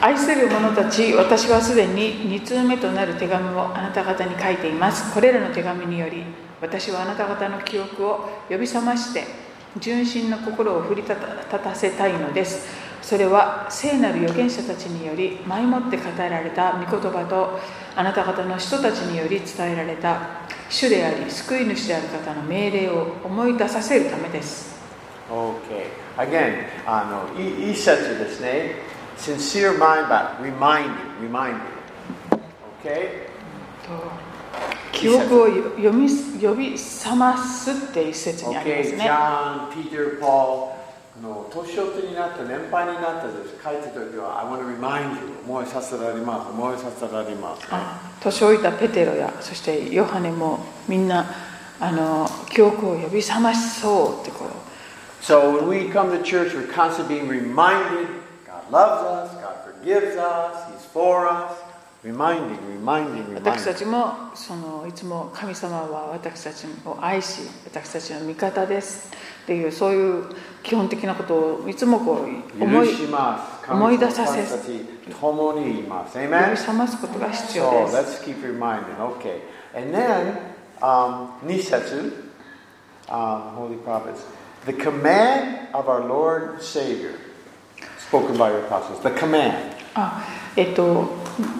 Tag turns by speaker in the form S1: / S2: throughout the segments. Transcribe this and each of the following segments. S1: 愛する者たち私はすでに2通目となる手紙をあなた方に書いていますこれらの手紙により私はあなた方の記憶を呼び覚まして純真の心を振り立たせたいのですそれは聖なる預言者たちにより前もって語られた御言葉とあなた方の人たちにより伝えられた主であり救い主である方の命令を思い出させるためです
S2: Okay. Again, あのいいいい説ですね。Sincere mind, but remind you, remind you. Okay?
S1: と記憶を呼び呼び覚ますって一節にありま
S2: Okay,
S1: す
S2: John,
S1: ね
S2: Peter, Paul. あの年寄りになって年配になってです書いてた時は「I want to remind you」思いさせられます思いさせられます、ね、
S1: 年老いたペテロやそしてヨハネもみんなあの記憶を呼び覚ましそうってこう
S2: So when we come to church, we're constantly being reminded God loves us, God forgives us, He's for us. Reminding, reminding,
S1: 私た
S2: reminding.
S1: ちもそのいつも神様は私たちを愛し私たちの味方ですっていうそういう基本的なことをいつもこう思い呼び思い出させ。
S2: 許します。神様と私たち共にいます。Amen?
S1: 覚ますことが必
S2: So
S1: 要です
S2: let's keep reminding. Okay. And then, um, Nisetsu, um, Holy Prophets, the command of our Lord Savior, spoken by your apostles, the command.
S1: あえっと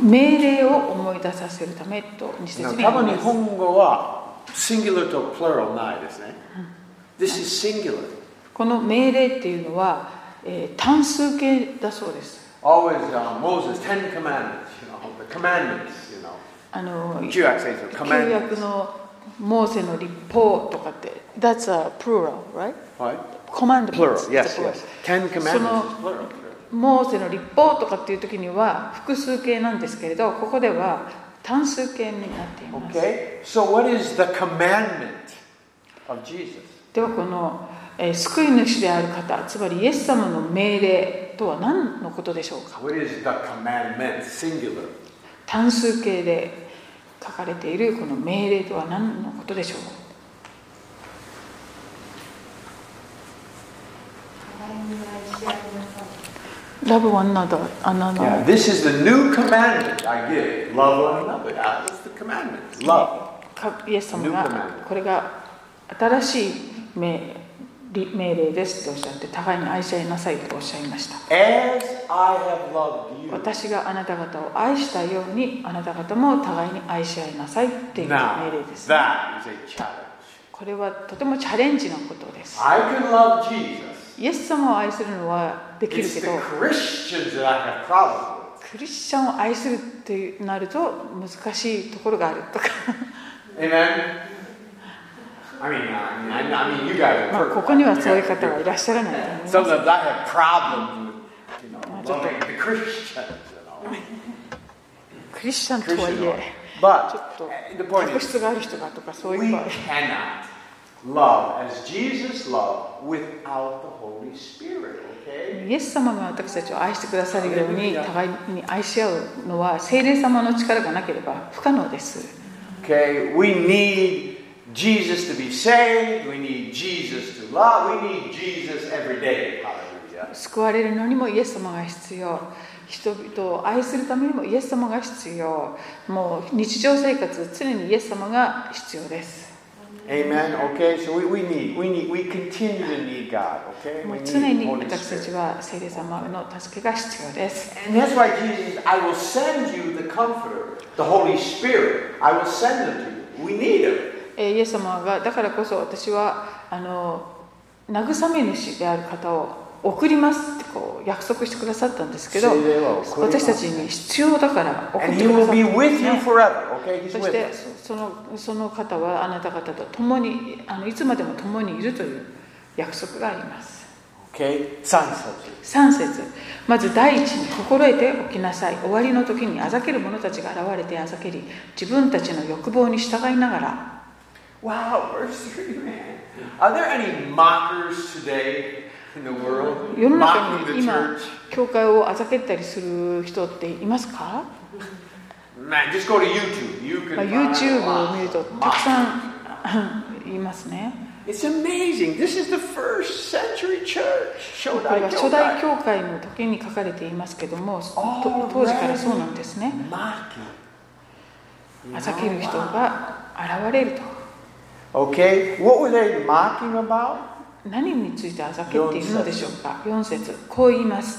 S1: 命令を思い出させるためと二節
S2: 多
S1: にあり
S2: 分日
S1: ます
S2: 本語は singular と plural ないですね。This is singular.
S1: この命令っていうのは、えー単数形だそうです
S2: Always、uh, Moses, Ten Commandments, you know, the commandments, you know.
S1: あの
S2: 旧約聖書、
S1: 旧約
S2: commandments.
S1: のモーセの立法とかって、That's a plural, right?
S2: はい。
S1: Commandments.
S2: Plural, yes,
S1: Plural.
S2: yes. Ten commandments is plural.
S1: モーセの立法とかっていう時には複数形なんですけれど、ここでは単数形になっています。
S2: Okay, so what is the commandment of Jesus?
S1: ではこの、えー救い主である方、つまりイエス様の命令とは何のことでしょうか
S2: What is the commandment, singular?
S1: 単数形で書かれているこの命令とは何のことでしょうかラブワンナダあな
S2: Yeah,
S1: の
S2: Uh, this is the new commandment I give. Love one another. Yeah, That's the commandment. Love.
S1: かイエス様
S2: New
S1: が
S2: command.
S1: これが新しい命命令ですとおっしゃって互いに愛し合いなさいとおっしゃいました
S2: As I have loved you.
S1: 私があなた方を愛したようにあなた方も互いに愛し合いなさいっていう命
S2: Now,
S1: 令です、
S2: that is a challenge.
S1: これはとてもチャレンジなことです
S2: I can love Jesus.
S1: イエス様を愛するのはできる
S2: It's
S1: け
S2: the
S1: ど
S2: Christians that I have problems
S1: クリスチャンを愛するってなると難しいところがある とか
S2: with. Amen. I mean, I mean, I, I mean, you guys
S1: まあ
S2: are
S1: ここにはそういう
S2: perfect.
S1: 方はいらっしゃらないと思います
S2: Sometimes I have problems with, you know,
S1: Well, it's
S2: loving the Christians and all.
S1: クリスチャンとはい
S2: Christians.
S1: え
S2: But
S1: ちょっと
S2: uh, the point
S1: 確
S2: is,
S1: 執がある人がとかそうい
S2: we
S1: う場合
S2: cannot love as Jesus loved without the Holy Spirit, okay?
S1: イエス様が私たちを愛してくださるように互いに愛し合うのは聖霊様の力がなければ不可能です
S2: Okay, we need Jesus to be saved. We need Jesus to love. We need Jesus every day. Hallelujah.
S1: 救われるのにもイエス様が必要人々を愛するためにもイエス様が必要もう日常生活常にイエス様が必要です
S2: Amen. Okay, so we, we need, we need, we continue to need God. Okay,
S1: もう
S2: we
S1: 常
S2: need
S1: に
S2: Holy
S1: 私たち
S2: Spirit.
S1: は聖霊様の助けが必要です。
S2: And that's why Jesus, I will send you the Comforter, the Holy Spirit. I will send him to you. We need him.
S1: えーイエス様がだからこそ私はあの慰め主である方を送りますってこう約束してくださったんですけど
S2: 聖霊は送ります
S1: 私たちに必要だから送っ
S2: And
S1: て
S2: he
S1: くだ
S2: will
S1: さっ
S2: be
S1: たんです
S2: with you
S1: ね
S2: forever. Okay,
S1: そ
S2: he's
S1: し
S2: with
S1: て
S2: us.
S1: そのその方はあなた方と共にあのいつまでも共にいるという約束があります
S2: Okay, sunset.
S1: 3節まず第一に心得ておきなさい終わりの時にあざける者たちが現れてあざけり自分たちの欲望に従いながら
S2: Wow, verse 3, man. Are there any mockers today in the world?
S1: 世の中
S2: Mocking
S1: に
S2: the
S1: 今
S2: church?
S1: 教会をあざけったりする人っていますか、
S2: Man, just go to YouTube. You can
S1: まあ、
S2: find
S1: YouTube を見る
S2: lots
S1: と
S2: of
S1: たく
S2: mockers.
S1: さんいますね
S2: Yeah, It's amazing. This is the first century church.
S1: こ
S2: Shodai
S1: れは初代教会の時に書かれていますけどもと当時からそうなんですね
S2: Mocking. You
S1: あざけ
S2: know
S1: る人
S2: why?
S1: が現れると
S2: Okay, what were they mocking about?
S1: 何についてあざけっているのでしょうか4節こう言います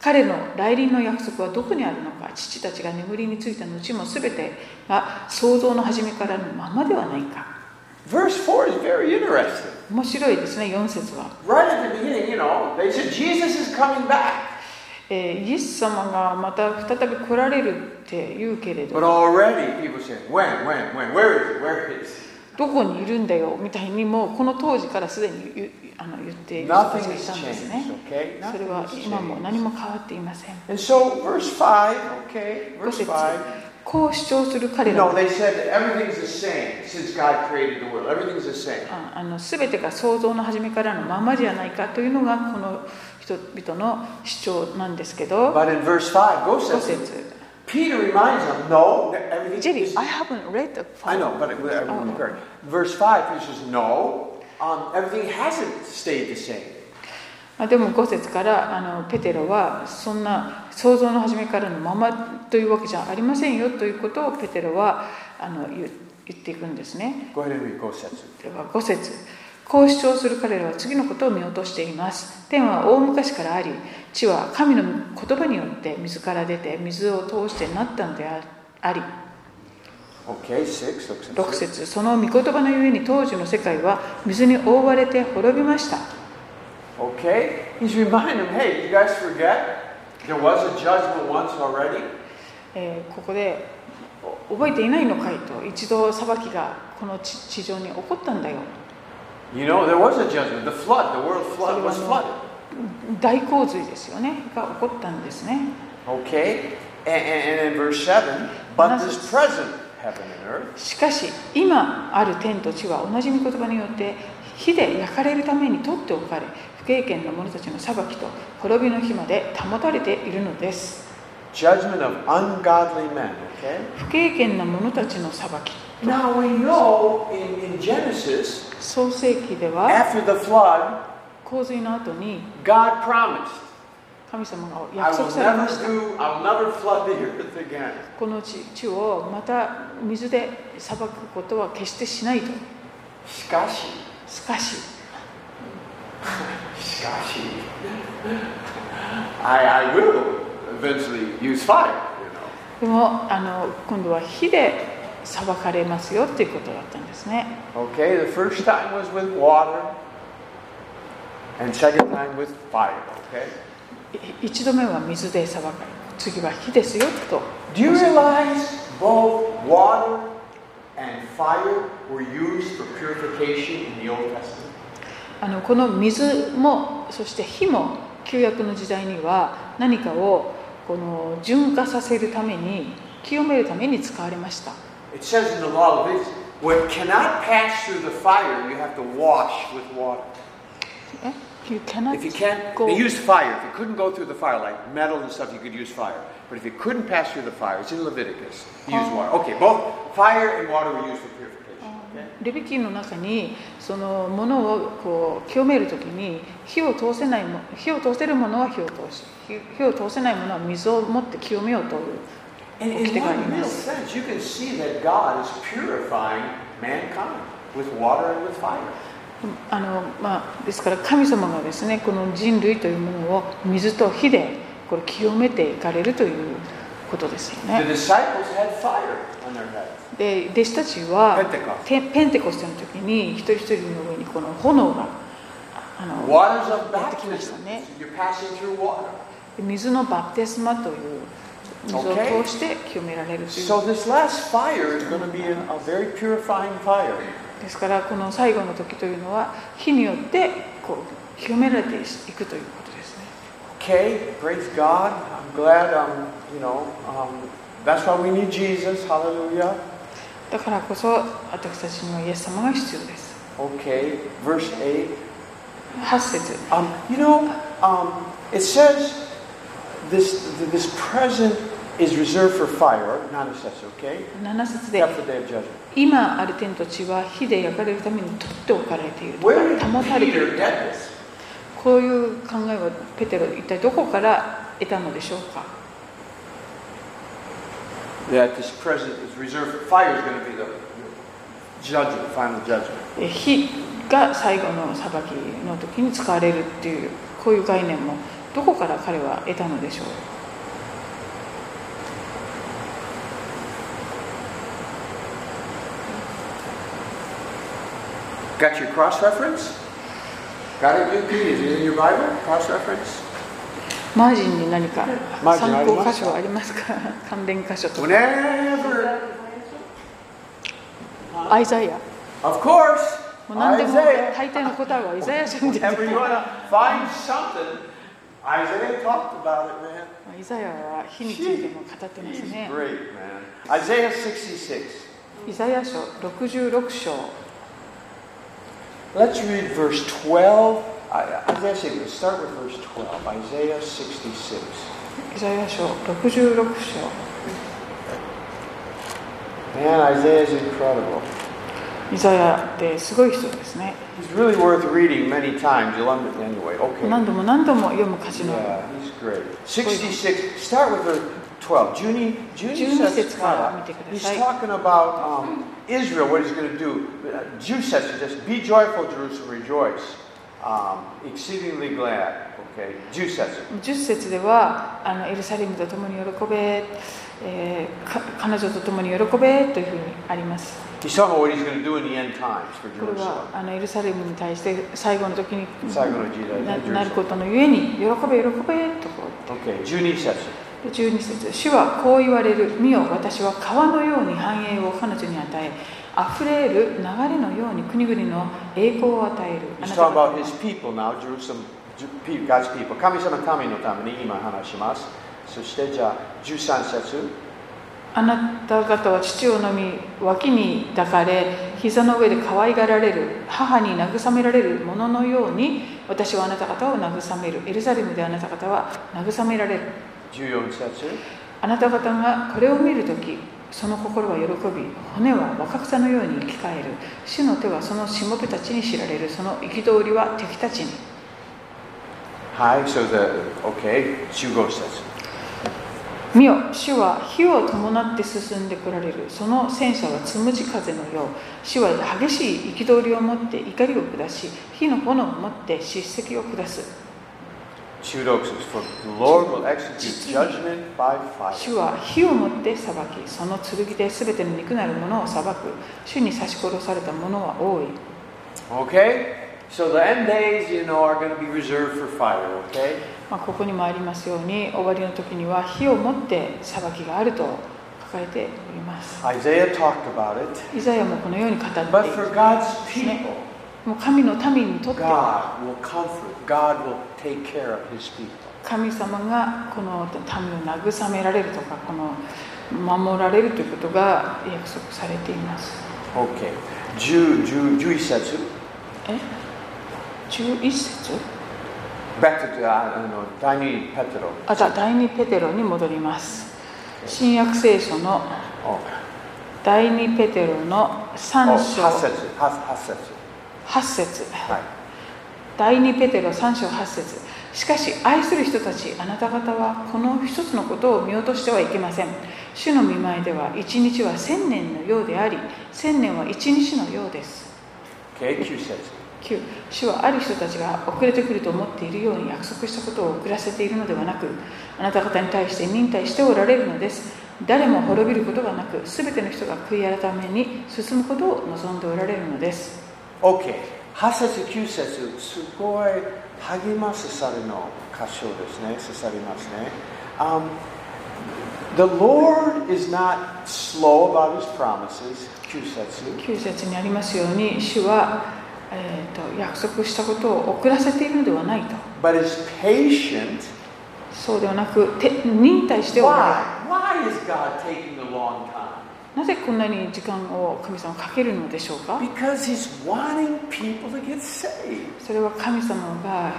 S1: 彼の来臨の約束はどこにあるのか父たちが眠りについた後も全てが創造の始めからのままではないか
S2: Verse 4 is very interesting.
S1: 面白いですね4節は、
S2: Right at the beginning, you know, they said Jesus is coming back.
S1: えーイエス様がまた再び来られるって言うけれど
S2: But already people said, when, when, when, where is he, where is he?
S1: どこにいるんだよみたいにもうこの当時からすでに言あの言っている人た
S2: Nothing
S1: ちがい
S2: has
S1: たんですね
S2: changed, okay?
S1: それ
S2: Nothing
S1: は
S2: has
S1: 今も
S2: changed.
S1: 何も変わっていません
S2: And so, verse 5, okay,
S1: 5
S2: verse
S1: 節
S2: 5.
S1: こう主張する
S2: You
S1: 彼ら
S2: know,
S1: は
S2: they said that everything's the same since God created the world. Everything's the same.
S1: ああの全てが創造の初めからのままじゃないかというのがこの人々の主張なんですけど
S2: But in verse 5, go
S1: 5
S2: says,
S1: 節
S2: Peter reminds them, no,
S1: ジェ
S2: everything
S1: リ
S2: is
S1: ー、I haven't read the
S2: I know, but it, I wouldn't agree. Verse 5, he says, no, um, everything hasn't stayed the same.
S1: まあでも5節からあのペテロはそんな創造の初めからのままというわけじゃありませんよということをペテロはあの言う言っていくんですね。
S2: Go ahead and read Gosetsu.
S1: では5節こう主張する彼らは次のことを見落としています。天は大昔からあり、地は神の言葉によって水から出て水を通してなったのであり。
S2: Okay, 6, looks at
S1: 6
S2: six.
S1: 節その御言葉のゆえに当時の世界は水に覆われて滅びました。
S2: Okay, he's reminding them, hey, you guys forget? There was a judgment once already.
S1: えーここでお覚えていないのかいと一度裁きがこの地地上に起こったんだよ
S2: You know, there was a judgment. The flood, the world flood was flooded.
S1: 大洪水ですよねが起こったんですね
S2: Okay, and, and, and in verse 7, but this present heaven and earth.
S1: しかし今ある天と地は同じ御言葉によって火で焼かれるために取っておかれ不経験の者たちの裁きと滅びの日まで保たれているのです
S2: Judgment of ungodly men, okay?
S1: 不経験な者たちの裁き
S2: Now we know in, in Genesis,
S1: 創世記では
S2: after the flood,
S1: 洪水の後に
S2: God promised,
S1: 神様が
S2: I
S1: 約束
S2: will
S1: されま
S2: never
S1: した
S2: do, I'll never flood the earth again.
S1: この地地をまた水で裁くことは決してしないと。
S2: しかし、
S1: しかし、
S2: しかし、I, I will eventually use fire, you know.
S1: でもあの今度は火で裁かれますよっていうことだったんですね。
S2: Okay, the first time was with water, and second time with fire, okay?
S1: い一度目は水で裁かれ、次は火ですよと。
S2: Do you realize both water and fire were used for purification in the Old Testament?
S1: あのこの水もそして火も旧約の時代には何かをこの純化させるために清めるために使われました。
S2: It says in the law of Leviticus, what cannot pass through the fire, you have to wash with water.
S1: え You cannot
S2: If you can't,
S1: go-
S2: they used fire. If you couldn't go through the fire, like metal and stuff, you could use fire. But if you couldn't pass through the fire, it's in Leviticus. You use water. Okay, both fire and water were used for purification. Okay.
S1: レビ記の中にそのものをこう清めるときに火を通せないも火を通せるものは火を通し火火を通せないものは水を持って清めようという
S2: In,
S1: 掟
S2: in
S1: があり
S2: one
S1: ま
S2: real
S1: す
S2: sense, you can see that God is purifying mankind with water and with fire.
S1: あの、まあ、ですから神様がですねこの人類というものを水と火でこれ清めていかれるということですよ
S2: The
S1: ね
S2: disciples had fire on their heads.
S1: で弟子たちは
S2: ペンテコス
S1: テペンテコステの時に一人一人の上にこの炎があの
S2: Waters of
S1: やってきましたね
S2: baptism. You're passing through water.
S1: 水のバプテスマという水を通して清められるという
S2: So this last fire is going to be a, a very purifying fire.
S1: ですからこの最後の時というのは火によってこう清められていくということですね
S2: Okay, praise God. I'm glad. Um, you know, um, that's why we need Jesus. Hallelujah.
S1: だからこそ私たちにはイエス様が必要です
S2: Okay, verse eight.
S1: 8節
S2: Um, you know, um, it says this this present is reserved for fire, not necessary, okay?
S1: 7節で
S2: That's the day of judgment.
S1: 今ある天と地は火で焼かれるために取っておかれているとか
S3: Where did
S1: 保たれてい
S3: Peter
S1: る
S3: get this?
S1: こういう考えはペテロ一体どこから得たのでしょうか
S2: That
S3: This present is reserved for fire is going to be the judgment, final judgment.
S1: え火が最後の裁きの時に使われるっていうこういう概念もどこから彼は得たのでしょう
S3: Got your cross reference? Got it, Yuki? Is it in your Bible? Cross reference?
S1: マージンに何か
S2: マージン
S1: 参
S2: あります
S1: 考
S2: か
S1: 箇所ありますか関連箇所とか
S3: Whenever,
S1: アイザイア
S3: of course,
S1: もう何でも
S3: Isaiah.
S1: 大抵の答えはアイザヤ書に出てく
S3: Whenever
S1: る
S3: you want to find something, Isaiah talked about it, man.
S1: アイザヤは火についても語ってます
S3: He's
S1: ね
S3: great, man. Isaiah 66.
S1: イザヤ書66章
S2: Let's read verse 12. I, I guess it would start with verse 12, Isaiah 66.
S1: イザヤ書66章
S2: Man, Isaiah's incredible.
S1: イザヤってすごい人ですね
S2: He's really worth reading many times. You'll under anyway. Okay.
S1: 何度も何度も読む歌詞の
S2: Yeah, he's great. 66. Start with verse 12. Junie, Junie
S1: 12
S2: says,
S1: 節から見てください。
S2: he's talking about um, Israel, what he's going to do. Uh, Jude says to just be joyful, Jerusalem, rejoice. Um, exceedingly glad. Okay. Jude says it.
S1: 10節ではあのエルサレムと共に喜べ、えーか彼女と共に喜べというふうにあります。
S2: He's talking about what he's going to do in the end times for
S1: これは
S2: Jerusalem.
S1: あのエルサレムに対して最後の時に
S2: Sorry, I'm gonna do that.
S1: ななることのゆえに喜べ喜べとこ
S2: Okay. Junie says it.
S1: う12節主はこう言われる見よ私は川のように繁栄を彼女に与え溢れる流れのように国々の栄光を与えるあ
S2: He's
S1: な
S2: talking
S1: た方
S2: about his people now, Jerusalem, Ju- pe- God's people. 神様の民のために今話します。そしてじゃあ、13節。
S1: あなた方は父を飲み脇に抱かれ膝の上で可愛がられる母に慰められるもののように私はあなた方を慰めるエルサレムであなた方は慰められる
S2: 14節
S1: あなた方がこれを見るときその心は喜び骨は若草のように生き返る主の手はそのしもべたちに知られるその憤りは敵たちに
S2: Hi, so the, okay, 15節
S1: 見よ主は火を伴って進んでこられるその戦車はつむじ風のよう主は激しい憤りを持って怒りを下し火の炎を持って叱責を下す
S2: 16節 For the Lord will execute judgment by
S1: 主
S2: fire.
S1: は火を持って裁きその剣で全ての憎なる者を裁く主に刺し殺された者は多い
S2: Okay? So the end days, you know, are going to be reserved for fire, okay?
S1: まあ、ここにもありますように終わりの時には火を持って裁きがあると書かれております
S2: Isaiah talked about it.
S1: イザヤもこのように語ってい
S2: But for
S1: る
S2: God's people,
S1: もう神の民にとっては
S2: God will comfort, God will take care of his people.
S1: 神様がこの民を慰められるとかこの守られるということが約束されています
S2: Okay. 10 10 11節
S1: え11節
S2: Back to, the, I don't know, 第二ペテロ。
S1: あじゃあ第2ペテロに戻ります新約聖書の
S2: Oh,
S1: 第2ペテロの
S2: oh,
S1: 3
S2: 8
S1: 章
S2: 節。8節。
S1: 8節
S2: はい。
S1: 第2ペテロ3章8節しかし愛する人たちあなた方はこの一つのことを見落としてはいけません主の見舞いでは一日は千年のようであり千年は一日のようです
S2: Okay, 9節。
S1: 9主はある人たちが遅れてくると思っているように約束したことを遅らせているのではなくあなた方に対して忍耐しておられるのです誰も滅びることがなく全ての人が悔い改めに進むことを望んでおられるのです
S2: OK、8節、9節、すごい励ます猿の歌唱ですね、刺さりますね。Um, the Lord is not slow about his promises, 9節。
S1: 9節にありますように主は、えーと約束したことを遅らせているのではないと
S2: But is patient.
S1: そうではなくて忍耐しておら
S2: Why? Why is God taking a long time?
S1: れるなぜこんなに時間を神様かけるのでしょうか
S2: Because he's wanting people to get saved.
S1: それは神様が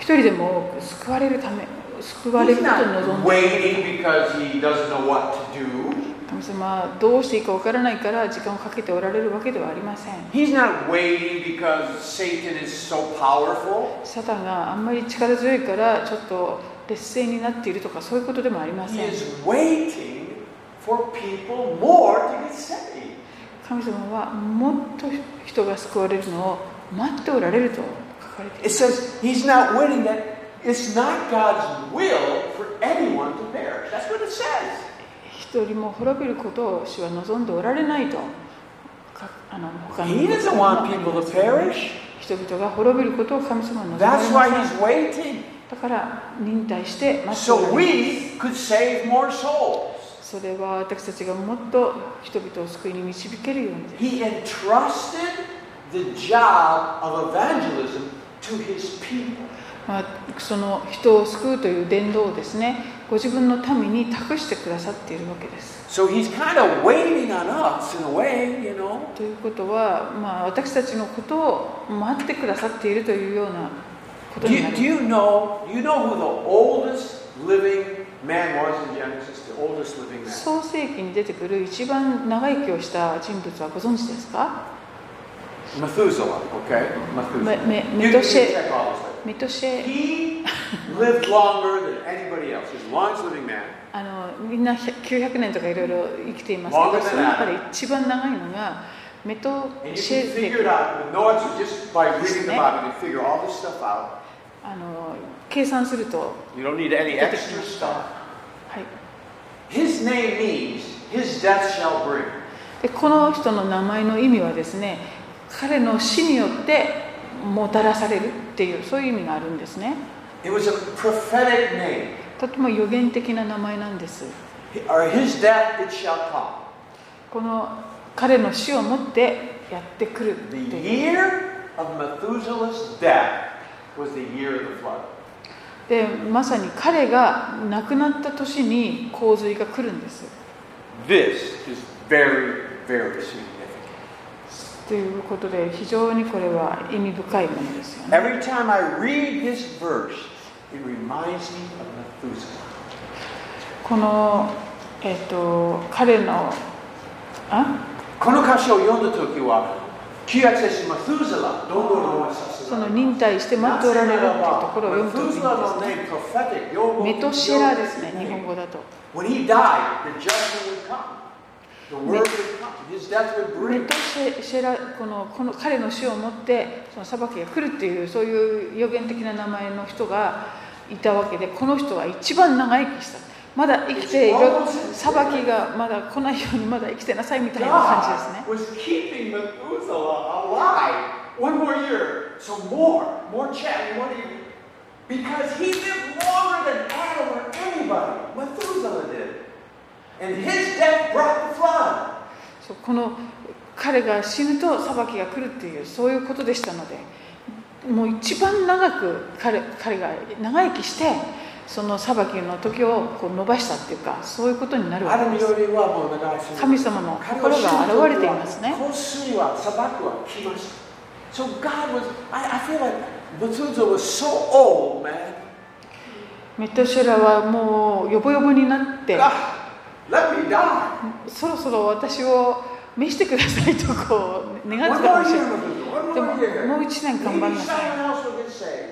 S1: 一人でも多く救われるため救われることを望んで
S2: waiting because he doesn't know what to do.
S1: 神様はどうしていいかわからないから時間をかけておられるわけではありません
S2: He's not waiting because Satan is so powerful.
S1: サタンがあんまり力強いからちょっと劣勢になっているとかそういうことでもありま
S2: He
S1: せん
S2: is waiting for people more to get saved.
S1: 神様はもっと人が救われるのを待っておられると書かれてい
S2: It
S1: る
S2: says he's not waiting that it's not God's will for anyone to perish. That's what it says.
S1: 一人も滅びることを主は望んでおられないとかあの他の
S2: He
S1: 人
S2: doesn't
S1: 々
S2: want people to perish.
S1: が滅びることを神様は望んでおられ
S2: That's
S1: ま
S2: why
S1: せん
S2: he's waiting.
S1: だから忍耐して待っておら
S2: So
S1: れる
S2: we could save more souls.
S1: それは私たちがもっと人々を救いに導けるように
S2: He entrusted the job of evangelism to his people.
S1: まあ、その人を救うという伝道をですねご自分の民に託してくださっているわけです
S2: So he's kind of waiting on us in a way, you know.
S1: ということは、まあ、私たちのことを待ってくださっているというようなこと
S2: Do
S1: にな
S2: you, do
S1: りま
S2: you know? Do you know who the oldest living man was in Genesis? The oldest living
S1: す
S2: man.
S1: 創世記に出てくる一番長生きをした人物はご存知ですか
S2: Methuselah. Okay, Methuselah.
S1: メメ
S2: You-
S1: メ
S2: you
S1: ト
S2: can
S1: シェ
S2: check all this later.
S1: メトシェ
S2: He lived longer than anybody else. He's the longest living man.
S1: あのみんな100 900年とかいろいろ生きていますけどその中で一番長いのがメト
S2: And you
S1: シェ
S2: can
S1: ゼ
S2: figure it out with no answer just by reading
S1: Yeah.
S2: the Bible. You can figure all this stuff out.
S1: あの計算すると
S2: You don't need any
S1: Get the
S2: extra
S1: computer.
S2: stuff.
S1: はい
S2: His name means his death shall bring.
S1: でこの人の名前の意味はですね彼の死によってもたらされるっていうそういう意味があるんですね
S2: It was a prophetic name.
S1: とても予言的な名前なんです
S2: He- Or his death it shall come.
S1: この彼の死をもってやってくるって
S2: The
S1: いう
S2: year of Methuselah's death was the year of the flood.
S1: でまさに彼が亡くなった年に洪水が来るんです
S2: This is very, very significant.
S1: ということで非常にこれは意味深いものですよね
S2: Every time I read this verse, it reminds me of Methuselah.
S1: このえっ、と彼のあその忍耐して待っておられるっていうところを読むときにですねメトシェラですね、日本語だと。
S2: When he died, the judgment would come. The word would come. His death would
S1: メ
S2: bring.
S1: トシェシェラこのこの彼の死をもってその裁きが来るっていうそういう予言的な名前の人がいたわけでこの人は一番長生きしたまだ生きている裁きがまだ来ないようにまだ生きてなさいみたいな感じですね
S2: God was keeping Methuselah alive one more year. So more, more chat, more even. Because he lived longer than Adam or anybody. Methuselah did. And his death brought the flood.
S1: そうこの彼が死ぬと裁きが来るっていうそういうことでしたのでもう一番長く彼彼が長生きしてその裁きの時をこう伸ばしたっていうかそういうことになるわけです神
S2: 神
S1: 様の心が現れていますね
S2: 降水は、砂漠は来ました。So God was, I, I feel like Methuselah was so old, man.
S1: メトシェラはもうヨボヨボになって
S2: God, let me die.
S1: そろそろ私を召してくださいとこ う願ってたかもしれないでももう一年頑張んなさい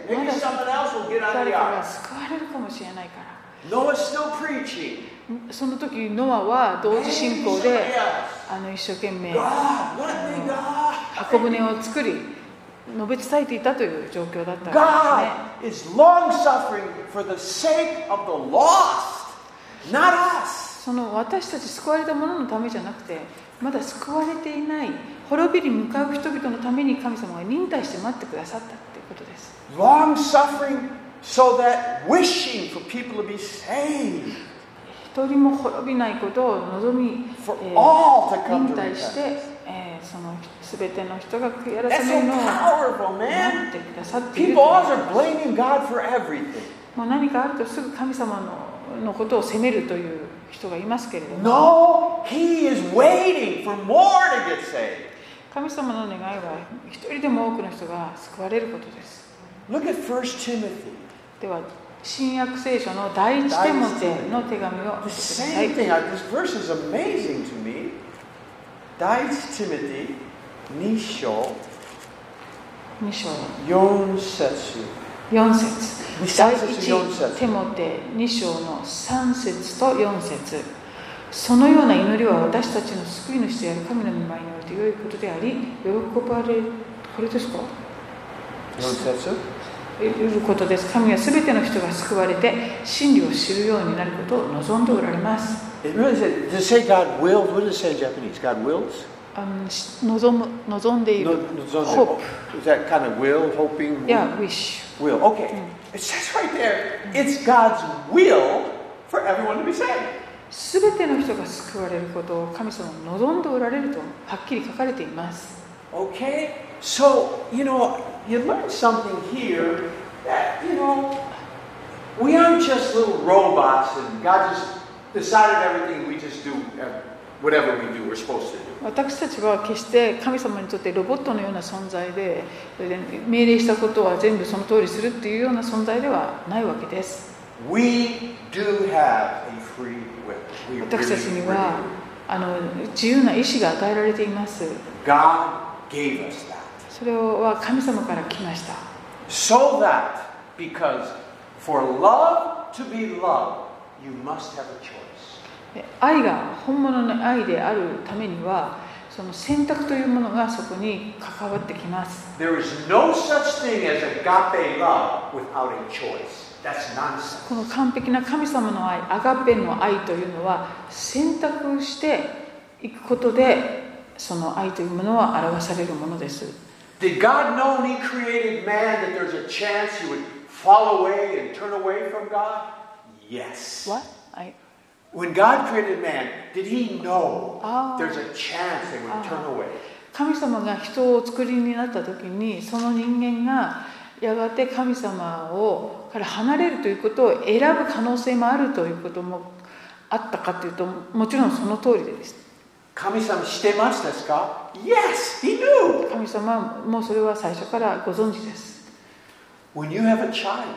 S2: Maybe someone else will get out
S1: 誰か
S2: of the
S1: が
S2: ark.
S1: 救われるかもしれないから
S2: Noah's still preaching.
S1: その時ノアは同時進行
S2: Maybe
S1: で
S2: somebody else.
S1: あの一生懸命
S2: God, let me God.
S1: 箱舟を作り述べ伝えていたという状況だったわ
S2: God is long suffering for the sake of the lost, not
S1: けで
S2: us.
S1: すねその私たち救われた者のためじゃなくてまだ救われていない滅びに向かう人々のために神様が忍耐して待ってくださったっていうことです
S2: Long suffering so that wishing for people to be saved,
S1: 一人も滅びないことを望み、
S2: for
S1: えー
S2: all to come
S1: 忍
S2: to
S1: 耐して
S2: repentance.、
S1: えーその全ての人が悔やら
S2: That's
S1: され
S2: so
S1: るのを待
S2: powerful, man.
S1: ってくださっている
S2: People always are blaming God for everything.
S1: もう何かあるとすぐ神様ののことを責めるという人がいますけれども
S2: No, he is waiting for more to get saved.
S1: 神様の願いは一人でも多くの人が救われることです
S2: Look at 1 Timothy.
S1: では新約聖書の第一手モての手紙を
S4: The same
S1: 見てくださ
S4: thing.
S1: い。
S4: I- This verse is amazing to me. Dies Timothy, Nisho,
S1: 2章
S4: Yonsetsu.
S1: 4節
S4: 二節
S1: 第
S4: 四節
S1: 1テモテ2章の3節と4節そのような祈りは私たちの救い主である神の御前において良いことであり喜ばれこれですか
S4: Yonsetsu?
S1: 得ることです神は全ての人が救われて真理を知るようになることを望んでおられます
S4: It really says, does it say God willed? What does it say in Japanese? God wills?
S1: あのし望む望んでいる
S4: No, no, it's not that.
S1: hope
S4: Is that kind of will, hoping?
S1: や wish
S4: Will. Okay.
S1: Mm.
S2: It says right there, it's God's will for everyone to be saved.
S1: 全ての人が救われることを神様は望んでおられるとはっきり書かれています
S2: Okay? So, you know, you learn something here that, you know, we aren't just little robots and God just decided everything, we just do uh, whatever we do, we're supposed to do.
S1: 私たちは決して神様にとってロボットのような存在でそれで命令したことは全部その通りするっていうような存在ではないわけです
S2: We do have a free will. We
S1: 私たちに
S2: really,
S1: は
S2: really do.
S1: あの自由な意志が与えられています
S2: God gave us that.
S1: それは神様から来ました
S2: So that, because for love to be loved, you must have a choice.
S1: で愛が本物の愛であるためにはその選択というものがそこに関わってきます
S2: There is no such thing as agape love without a choice. That's nonsense.
S1: この完璧な神様の愛アガペの愛というのは選択していくことでその愛というものは表されるものです
S2: Did God know when He created man that there's a chance he would fall away and turn away from God? Yes.
S1: What? I-
S2: When God created man, did He know
S1: Oh.
S2: there's a chance they would turn away?
S1: 神様が人をお作りになった時にその人間がやがて神様をから離れるということを選ぶ可能性もあるということもあったかというともちろんその通りです
S2: 神様してますですか? Yes, He knew.
S1: 神様はもうそれは最初からご存知です
S2: When you have a child,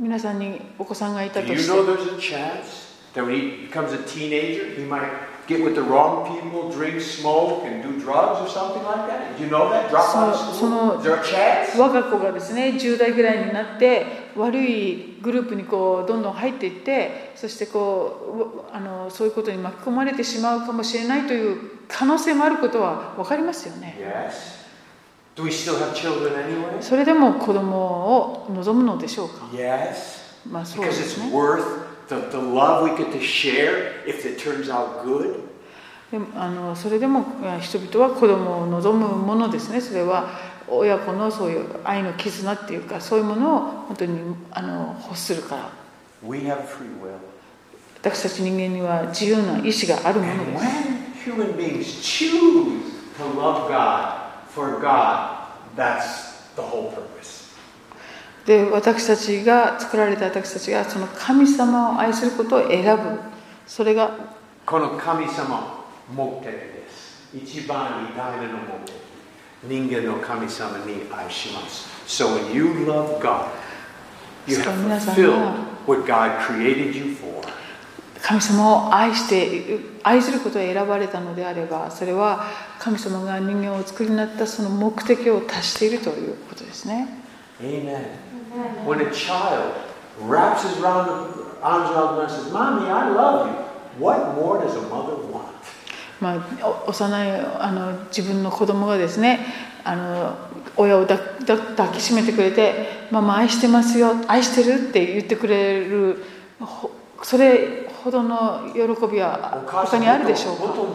S1: 皆さんにお子さんがいた
S2: do
S1: と
S2: you
S1: し
S2: know
S1: て
S2: there's a chance that when he becomes a teenager, he might get with the wrong people, drink, smoke, and do drugs or something like that? Do you know that? Drop out of
S1: So-
S2: school?
S1: so-
S2: Is there a chance?
S1: 我が子がですね10代ぐらいになって悪いグループにこうどんどん入っていってそしてこううあのそういうことに巻き込まれてしまうかもしれないという可能性もあることは分かりますよね
S2: Yes. Do we still have children anyway?
S1: それでも子供を望むのでしょうか
S2: Yes.
S1: まあそうで
S2: Because it's
S1: すね
S2: worth the, the love we get to share if it turns out good.
S1: でもあのそれでもえー人々は子供を望むものですねそれは親子のそういう愛の絆っていうかそういうものを本当にあの欲するから
S2: We have free will.
S1: 私たち人間には自由な意志があるもの
S2: And
S1: です
S2: when human beings choose to love God for God, that's the whole purpose.
S1: で私たちが作られた私たちがその神様を愛することを選ぶそれが
S2: この神様目的です。一番偉大なの目的。人間の神様に愛します。So when you love God, you
S1: そう皆
S2: have
S1: さんが
S2: fulfilled what God created you for.
S1: 神様を愛して愛することを選ばれたのであればそれは神様が人間をお作りになったその目的を達しているということですね
S2: Amen. When a child wraps his round, arms around and says, Mommy, I love you. What more does a mother want?
S1: まあ、お幼いあの自分の子供がですねあの親を抱抱抱きしめてくれて「ママ愛してますよ愛してる」って言ってくれるほそれほどの喜びは他にあるでしょうか
S2: お母さんのこ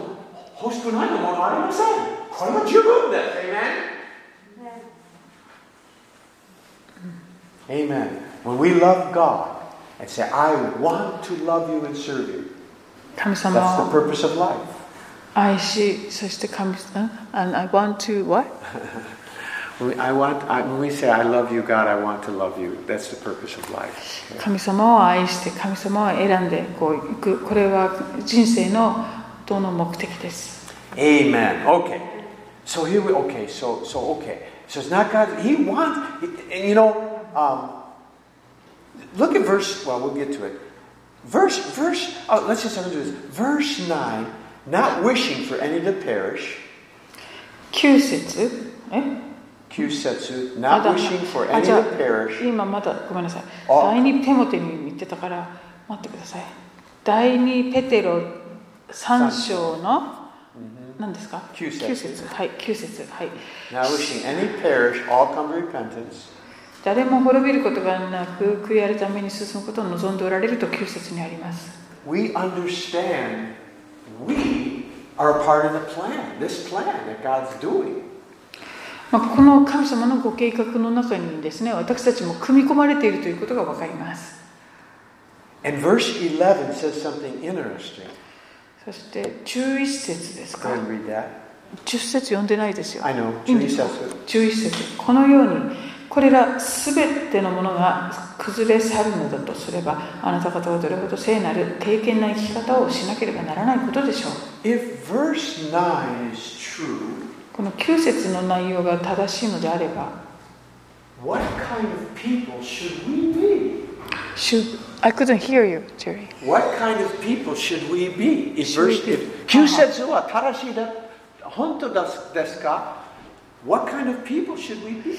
S2: と、本当に欲しくないものありません。これは十分です。Amen.
S4: Amen. When we love God and say, I want to love you and serve you,
S1: 神
S4: that's
S1: 様
S4: the
S1: を
S4: purpose of life.
S1: 愛しそして神様「And I want to what?
S4: When we, I want, I, when we say, I love you, God, I want to love you, that's the purpose of life.
S1: 神様を愛して神様を選んでこういくこれは人生のどの目的です
S4: Amen. Okay. So here we, okay, so, so, okay. So it's not God, He wants, and you know, um,
S2: Look at verse, well, we'll get to it. Verse, verse, oh, let's just have a do this. Verse 9, not wishing for any to perish,
S1: 9節え
S2: kyusetsu,
S1: ま
S2: not
S1: だ
S2: wishing for
S1: あ
S2: any
S1: じゃあ
S2: to perish.
S1: 今まだごめんなさい
S2: あ
S1: 第二ペモテに言ってたから待ってください第二ペテロ三章の何ですか
S2: 九節
S1: 九節はい九節はい
S2: Not wishing any perish, all come to repentance.
S1: 誰も滅びることがなく悔い改めに進むことを望んでおられると九節にあります
S2: We understand
S3: We are a part of the plan, this plan that God's doing.
S1: まあ、この神様のご計画の中にですね私たちも組み込まれているということが分かります
S2: And verse 11 says something interesting.
S1: そして11節ですか
S2: Go ahead and read that.
S1: 10節読んでないですよ
S2: I know.
S1: いいんですか
S2: Jesus.
S1: 11節このようにこれらすべてのものが崩れ去るのだとすればあなた方はどれほど聖なる敬虔な生き方をしなければならないことでしょう
S2: If verse 9 is true,
S1: この9節の内容が正しいのであれば
S3: What kind of people should we be?
S1: Should- I couldn't hear you, Jerry.
S3: What kind of people should we be? If
S1: Should
S3: verse
S1: we be- Uh-huh.
S3: if 9節は正しいだ本当ですですか What kind of people should we be?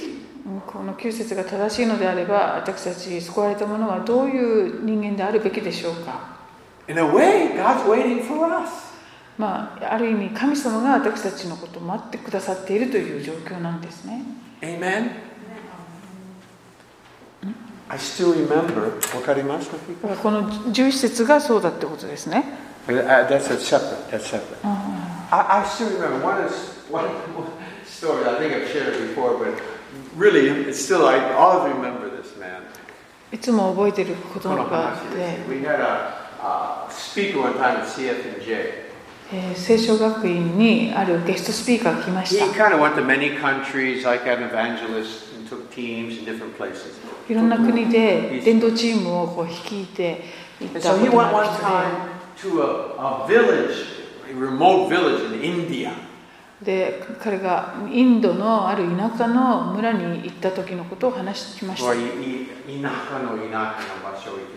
S1: うんこの9節が正しいのであれば私たち救われた者はどういう人間であるべきでしょうか
S3: In a way, God's waiting for us.
S1: まあある意味神様が私たちのことを待ってくださっているという状況なんですね
S3: Amen.
S2: I still remember. わかります?
S1: だからこの11節がそうだってことですね
S2: Uh, That's a separate. That's separate.
S3: I, I still remember one, is, one, one story I think I've shared before, but really, it's still, I always remember this man.
S1: いつも覚えてることがあって、
S3: We had a uh, speaker one time at CFNJ.
S1: えー聖書学院にあるゲストスピーカーが来まし
S3: He
S1: た
S3: kind of went to many countries, like an evangelist, and took teams in different places.
S1: いろんな
S2: Mm-hmm.
S1: 国で伝道チームをこう率いていったこ
S3: And so he
S1: とが
S3: went one
S1: ある
S3: time to a, a village, a remote village in India.
S1: 人でで彼がインドのある田舎の村に行った時のことを話してきました
S3: Well, you- you- 田舎の田舎の場所行き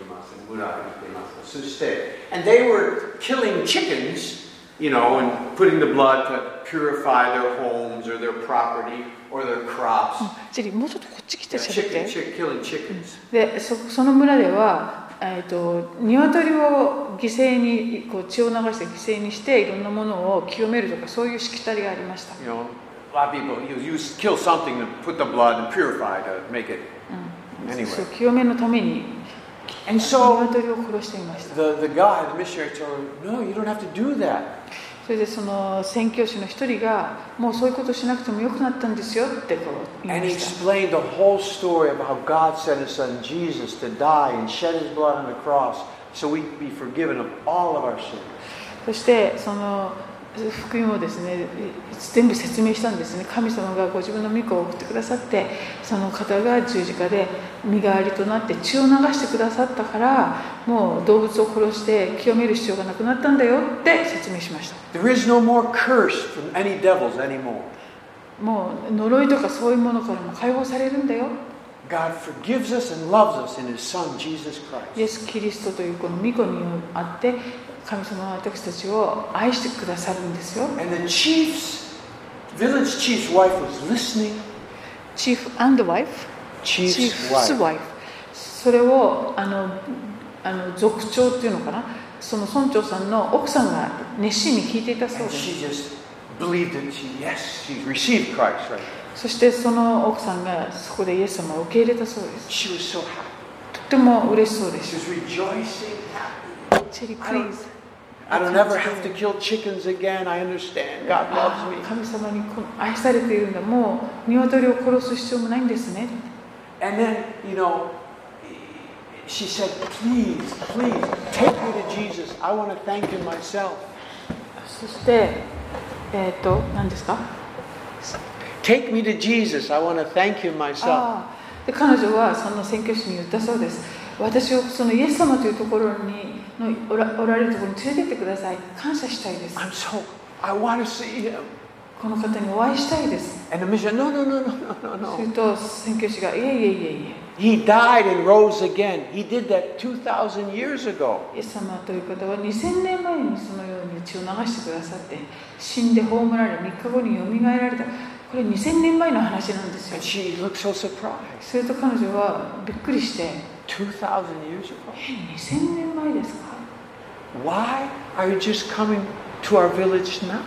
S3: ます。村行きます。そして、and they were killing chickens, you know, and putting the blood to purify their homes or their property or their crops.
S2: Mm.
S1: ジェリーもうちょっとこっち来て
S3: They're
S1: しゃべっ
S3: chicken,
S1: て
S3: chick, killing chickens.
S1: でそその村ではえー、と鶏を犠牲にこう血を流して犠牲にしていろんなものを清めるとかそういうしきたりがありました
S3: You know, a lot of people, you, you kill something to put the blood and purify to make it.
S1: そう
S3: Anyway.
S1: 清めのために
S2: And
S1: 鶏
S2: so
S1: を殺していました
S2: the, the guy, the missionary, told him, No, you don't have to do that.
S1: それでその宣教師の一人がもうそういうことしなくてもよくなったんですよってこう言い
S2: And
S1: ま
S2: he
S1: し
S2: explained the whole story of how God sent his son Jesus to die and shed his blood on the cross so we'd be forgiven of all of our sins.
S1: たそしてその福音をですね全部説明したんですね神様がご自分の御子を送ってくださってその方が十字架で身代わりとなって血を流してくださったからもう動物を殺して清める必要がなくなったんだよって説明しました
S2: There is no more curse from any devils anymore.
S1: もう呪いとかそういうものからも解放されるんだよ
S2: God forgives us and loves us in his son, Jesus
S1: イ
S2: Christ.
S1: エス・キリストというこの御子にあって神様は私たちを愛してくださるんですよ
S2: And the chief's, village chief's wife was listening.
S1: チーフワイフ
S2: Chief's
S1: チーフ
S2: wife.
S1: ワイフそれをあのあの族長っていうのかなその村長さんの奥さんが熱心に聞いていたそうで
S2: And
S1: す
S2: she just believed it. She, yes, she received Christ, right?
S1: そしてその奥さんがそこでイエス様を受け入れたそうです
S2: She was so happy.
S1: とても嬉しそうで
S2: She
S1: す
S2: was rejoicing, happy.
S1: チェリープリーズ
S2: I don't ever have to kill chickens again. I understand. God loves me.
S1: 神様にこの愛されているんだもう鶏を殺す必要もないんですね
S2: And then, you know, she said, please, please, take me to Jesus. I want to thank him myself.
S1: そして、えっ、と、何ですか
S2: Take me to Jesus. I want to thank him myself.
S1: ああで彼女はその宣教師に言ったそうです。私をそのイエス様というところにのおらおられるところに連れてってください。感謝したいです。
S2: I'm so, I want to see him.
S1: この方にお会いしたいです。
S2: And the missionary, no, no, no, no, no, no,
S1: す
S2: no.
S1: ると宣教師が、いえいえいえいえ、
S3: He died and rose again. He did that 2,000 years ago.
S1: イエス様という方は2000年前にそのように血を流してくださって死んで葬られ3日後によみがえられたこれ2000年前の話なんですよ
S3: And she looked so surprised.
S1: すると彼女はびっくりして
S3: 2,000 years ago?
S1: え2000年前ですか
S3: Why are you just coming to our village now?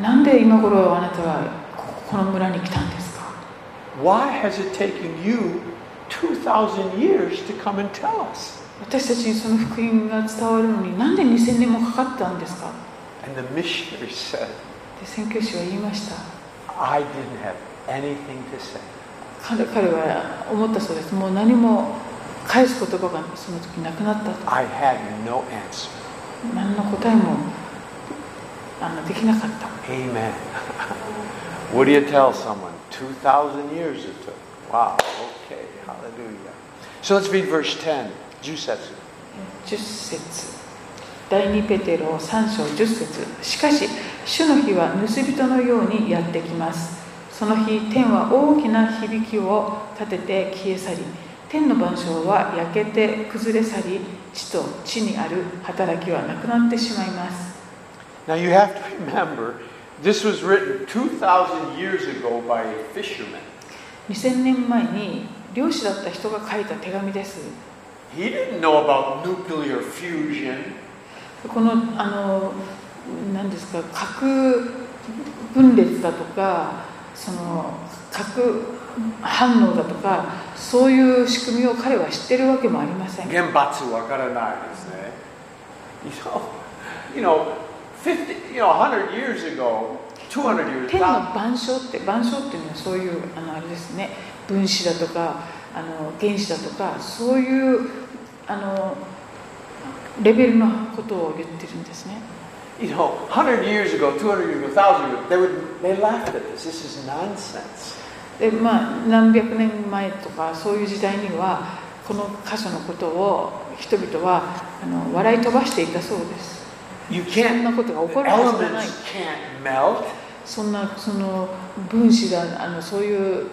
S1: なんで今頃あなたはここの村に来たんですか
S3: Why has it taken you 2,000 years to come and tell us?
S1: 私たちにその福音が伝わるのになんで2000年もかかったんですか
S3: And the missionary said,
S1: で宣教師は言いました
S3: I didn't have anything to say.
S1: 彼彼は思ったそうですもう何も返す言葉がその時なくなったと
S3: I had no answer.
S1: 何の答えもあのできなかった
S2: Amen. what do you tell someone? 2,000 years it took. Wow. Okay. Hallelujah.
S3: So let's read verse 10, Jusetsu.
S1: 10節第2ペテロ3章10節しかし主の日は盗人のようにやってきますその日天は大きな響きを立てて消え去り天の晩鐘は焼けて崩れ去り地と地にある働きはなくなってしまいます
S2: Now you have to remember, this was written 2,000 years ago by a fisherman.
S1: 2000年前に漁師だった人が書いた手紙です
S2: He didn't know about nuclear fusion.
S1: このあの何ですか核分裂だとかその核反応だとかそういう仕組みを彼は知ってるわけもありません
S2: 原発わからないですね。You know, you know, 50, you know, 100 years ago, 200 years
S1: 天の万象って万象っていうのはそういうあのあれですね分子だとかあの原子だとかそういうあのレベルのことを言ってるんですね
S2: you know, 100 years ago, 200 years ago, 1,000 years ago, they, would, they laughed at this. This is nonsense.
S1: でまあ何百年前とかそういう時代にはこの箇所のことを人々はあの笑い飛ばしていたそうです
S2: You
S1: そん
S2: can't,
S1: なことが起こるはずがない
S2: elements can't melt.
S1: そんなその分子があのそういう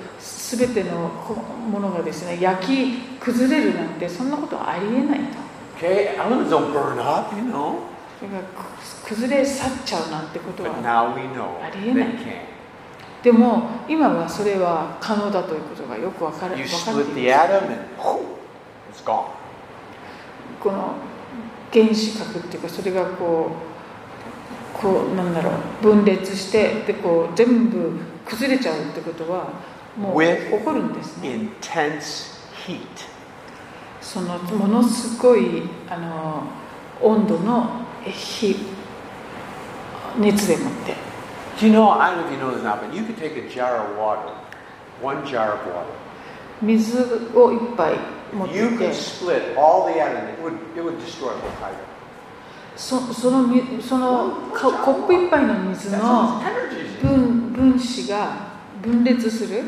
S1: 全てのこものがですね焼き崩れるなんてそんなことはありえないと
S2: Okay, elements don't burn up, you know.
S1: それがく崩れ去っちゃうなんてことは
S2: But now we know they
S1: ありえない。
S2: can't.
S1: でも今はそれは可能だということがよくわかる
S2: You
S1: わかってい
S2: split
S1: ま
S2: the
S1: す
S2: atom and whew, it's gone.
S1: この原子核っていうかそれがこうこうなんだろう分裂してでこう全部崩れちゃうってことはもう
S2: With-
S1: 起こるんですね
S2: Intense heat.
S1: そのものすごいあの温度の火熱でもって
S2: Do you know, I don't know if you know this now, but you could take a jar of water, one jar of water.
S1: 水を一杯持っ
S2: If
S1: て
S2: you
S1: いて
S2: could split all the atoms, it would, it would destroy the entire.
S1: そそのみそのかコップ一杯の水
S2: That's
S1: の
S2: how much energy is in it.
S1: 分分子が分裂する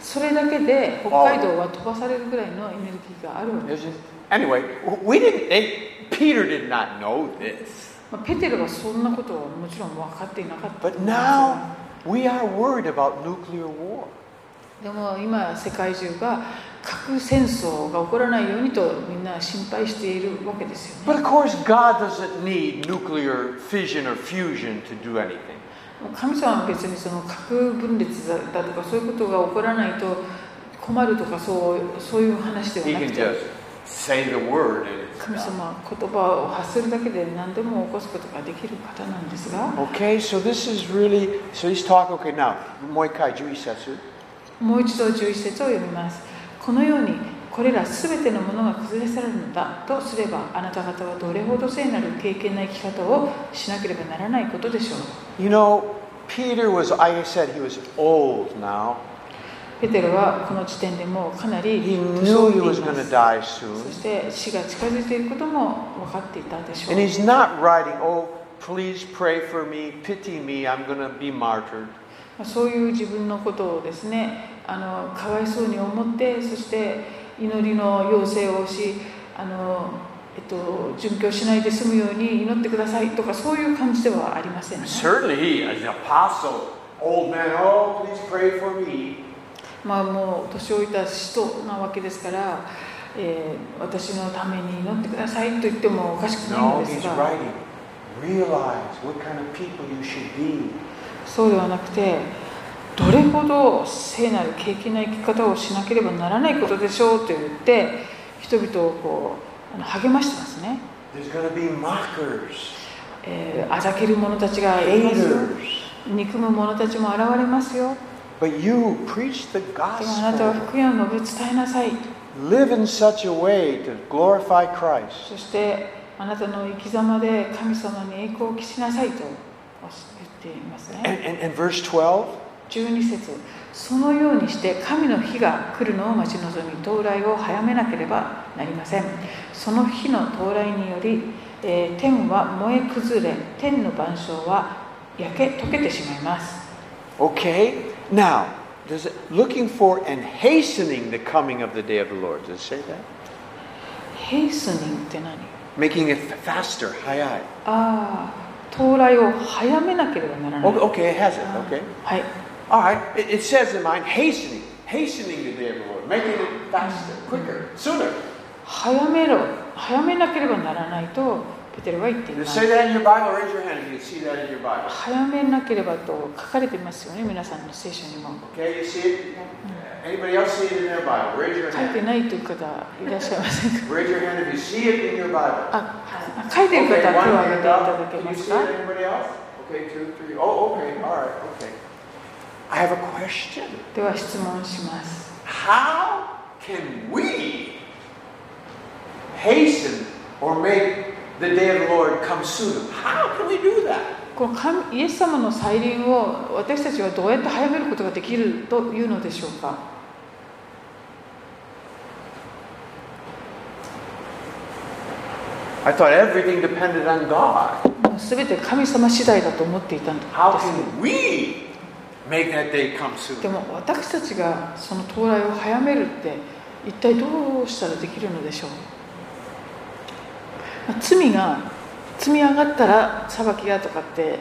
S1: それだけで北海道は飛ばされるぐらいのエネルギーがあるわけ、
S2: There's just- Anyway, we didn't, they, Peter did not know this.
S1: まあ、ペテロはそんなことはもちろん分かっていなかったと
S2: But
S1: 思いま
S2: now we are worried about nuclear war.
S1: すがでも今世界中が核戦争が起こらないようにとみんな心配しているわけですよね
S2: But of course, God doesn't need nuclear fission or fusion to do anything.
S1: 神様は別にその核分裂だとかそういうことが起こらないと困るとかそうそういう話で
S2: He
S1: はな
S2: can
S1: くて
S2: just say the word and it's
S1: 神
S2: done.
S1: 様は言葉を発するだけで何でも起こすことができる方なんですが
S2: Okay, so this is really, so he's talking, okay, now, Moikai Juisetsu.
S1: もう一度11節を読みます。このようにこれらすべてのものが崩れ去るのだとすればあなた方はどれほど聖なる敬虔な生き方をしなければならないことでしょう。
S2: You know, Peter was, like I said, he was old now.
S1: ペテロはこの時点でもうかなり
S2: He
S1: 年老
S2: knew
S1: いて
S2: he
S1: いま
S2: was
S1: す
S2: going to die
S1: そ
S2: soon.
S1: して死が近づいていることも分かっていたでしょ
S2: And
S1: う。
S2: he's not writing, oh, please pray for me, pity me, I'm going to be martyred.
S1: そういう自分のことをですねあのかわいそうに思ってそして祈りの要請をしあの、えっと、殉教しないで済むように祈ってくださいとかそういう感じではありません、ね、
S2: Certainly he, as an apostle, old man, oh, please pray for me.
S1: まあ、もう年老いた人なわけですから、えー私のために祈ってくださいと言ってもおかしくない
S2: No,
S1: ので
S2: he's
S1: すが
S2: writing. Realize what kind of people you should be.
S1: そうではなくてどれほど聖なる敬虔な生き方をしなければならないことでしょうと言って人々をこうあの励ましてますね、
S2: There's going to be mockers,
S1: えーあざける者たちがいますよ
S2: haters.
S1: 憎む者たちも現れますよ
S2: But you preach the
S1: でもあなたは
S2: gospel.
S1: 福音を述べ伝えなさい
S2: Live in such a way to glorify Christ.
S1: そしてあなたの生き様で神様に栄光を期しなさいと言っています
S2: And,
S1: ね
S2: and, and verse 12,
S1: 12節そのようにして神の日が来るのを待ち望み到来を早めなければなりませんその日の到来により、えー天は燃え崩れ天の晩鐘は焼け溶けてしまいます
S2: okay, now, does it, looking for and hastening the coming of the day of the Lord. Does it say that?
S1: ヘイスニングって何
S2: Making it faster, hi, hi.
S1: ああ到来を早めなければならない
S2: Okay, okay, it has it, okay.
S1: はい
S2: All right, it, it says in mine, hastening, hastening the day of the Lord, making it faster, quicker, sooner.
S1: 早めろ早めなければならないとペテロは言ってい
S2: Does
S1: ま
S2: it say
S1: す
S2: that in your Bible? Raise your hand if you can see that in your Bible.
S1: 早めなければと書かれてますよね皆さんの聖書にも
S2: Okay, you see it? Anybody else see it in their Bible? Raise your
S1: 書い
S2: hand.
S1: てないという方いらっしゃいませんか
S2: Raise your hand if you see it in your Bible.
S1: ああ書いて
S2: Okay,
S1: る方
S2: one
S1: は手を挙げていた
S2: hand
S1: だ
S2: up.
S1: け
S2: Can
S1: ま
S2: you
S1: す
S2: see
S1: か
S2: it? Anybody else? Okay, two, three. Oh, okay. All right. Okay. I have a question.
S1: では質問します
S2: How can we hasten or make the day of the Lord come sooner? How can we do that?
S1: この神イエス様の再臨を私たちはどうやって早めることができるというのでしょうか
S2: I thought everything depended on God.
S1: もう全て神様次第だと思っていたんです
S2: How can we make that day come
S1: で
S2: sooner?
S1: も私たちがその到来を早めるって一体どうしたらできるのでしょうまあ罪が積み上がったら裁きがとかって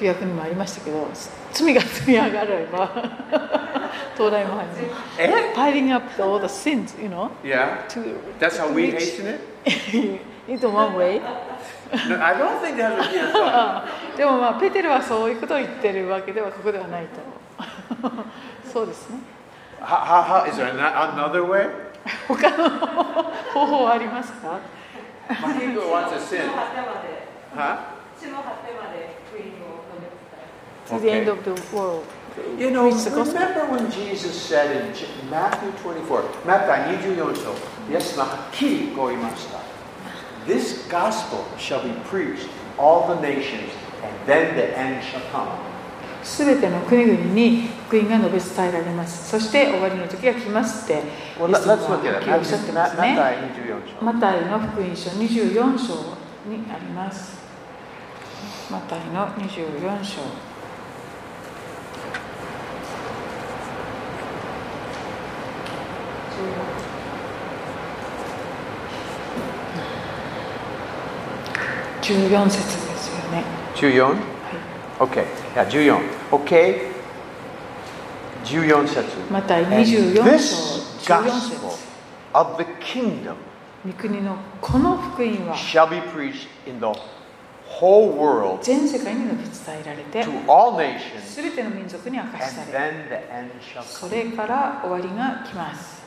S1: 旧約にもありましたけど罪が積み上がれば 到来も早める
S2: Eh?
S1: piling up the, all the sins you know
S2: Yeah.
S1: to
S2: That's how we
S1: reach-
S2: hasten it?
S1: into one way
S2: No, I don't think that's what you're saying.
S1: でもまあペテルはそういうことを言ってるわけではここではないと そうですね
S2: How, how, how, is there ano- another way?
S1: 他の方法はありますか
S2: My ego wants a sin. Huh?
S1: to the
S2: Okay.
S1: end of the world.
S2: You know,
S1: Preach the gospel.
S2: remember when Jesus said in J- Matthew 24, Matthew 24, yes, this gospel shall be preached in all the nations, and then the end shall come.
S1: すべての国々に福音が述べ伝えられます。そして終わりの時が来ますって、
S2: Well,
S1: イエス様
S2: let, let's
S1: は
S2: look
S1: はっ
S2: at
S1: き
S2: it.
S1: りおっしゃってますね。
S2: Matthew
S1: マタイの福音書24章にあります。マタイの24章。14節ですよね。
S2: 24.
S1: はい。
S2: Okay. Yeah, 14. Okay. 14
S1: また
S2: 節。
S1: 24
S2: And this
S1: 章14
S2: gospel
S1: 節
S2: of the kingdom
S1: 御国のこの福音は
S2: shall be preached in the whole world
S1: 全世界に述べ伝えられて
S2: to all nations,
S1: 全ての民族に明かし
S2: and
S1: され
S2: then the end shall
S1: そ
S2: come.
S1: れから終わりが来ます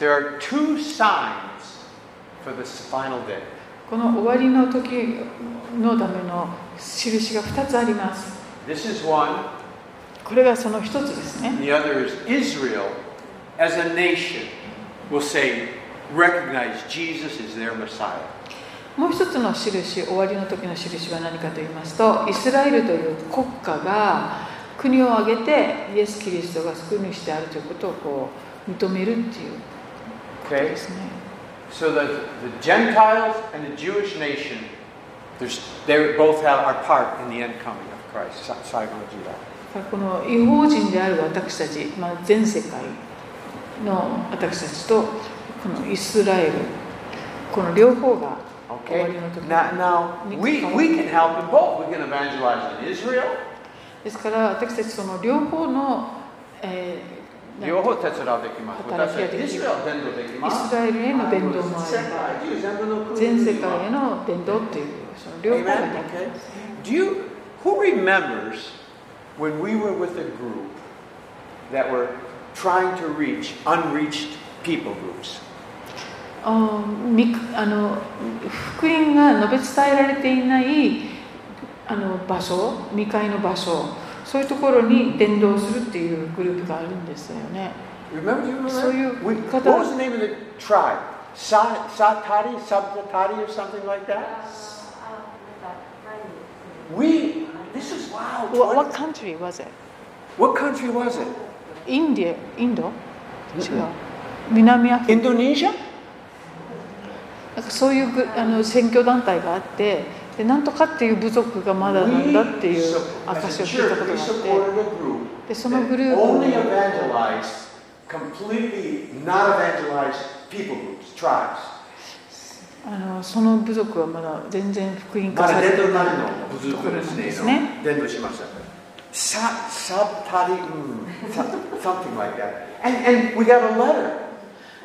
S2: There are two signs for this final day.
S1: この終わりの時のための印が2つあります
S2: This is one,
S1: これがその1つですね
S2: and the other is Israel as a nation will say, recognize Jesus is their Messiah.
S1: もう一つの印終わりの時の印は何かと言いますとイスラエルという国家が国を挙げてイエス・キリストが救い主であるということをこう認めるっていうことで
S2: Okay?
S1: すね
S2: So that the Gentiles and the Jewish nation, there's, they both have our part in the end coming of Christ. Sa- Saigon Jira.
S1: この違法人である私たち、まあ、全世界の私たちとこのイスラエルこの両方が終わ
S2: Okay?
S1: りの時
S2: Now, now we, we can help in both. We can evangelize in Israel,
S1: ですから私たちその両方の、え
S2: 両方手伝うできます。
S1: 働
S2: 私
S1: きが
S2: た
S1: でき
S2: ち
S1: る
S2: イスラエル伝道できま
S1: イス
S2: す。
S1: ラエルへの伝道もあれば全世界への伝道というその両方ができ
S2: Amen.
S1: ます
S2: Do you, who remembers
S5: When we were with a group,
S2: that we're trying to reach unreached people groups?
S1: あみあの福音が述べ伝えられていないあの場所未開の場所そういうところに伝道するっていうグループがあるんですよね
S5: remember, do you remember?
S1: So you-
S5: we, what was the name of the tribe? Sa- Satari, Sabdatari, or something like that?
S2: We, this is wow.
S1: What,
S2: what,
S1: what country was it?
S2: what country was it?
S1: インディインド違う南アフリカ
S2: Indonesia?
S1: なんかそういうぐあの選挙団体があってでなんとかっていう部族がまだなんだってい
S2: We
S1: う
S2: sup-
S1: 証
S2: as
S1: を聞
S2: a
S1: いたこと
S2: church, we
S1: があって
S2: supported a group
S1: でその
S2: that
S1: グループ
S2: only
S1: を
S2: evangelized, completely not evangelized people groups, tribes.
S1: あのその部族はまだ全然福音化
S2: ま
S1: さ
S2: だ
S1: れ
S2: 伝
S1: て
S2: 統な
S1: な
S2: り
S1: い
S2: の部族です
S1: そう
S2: ね。
S1: なんですね
S2: 伝統しました。ササタリ、うん、サ something like that. And and we got a letter.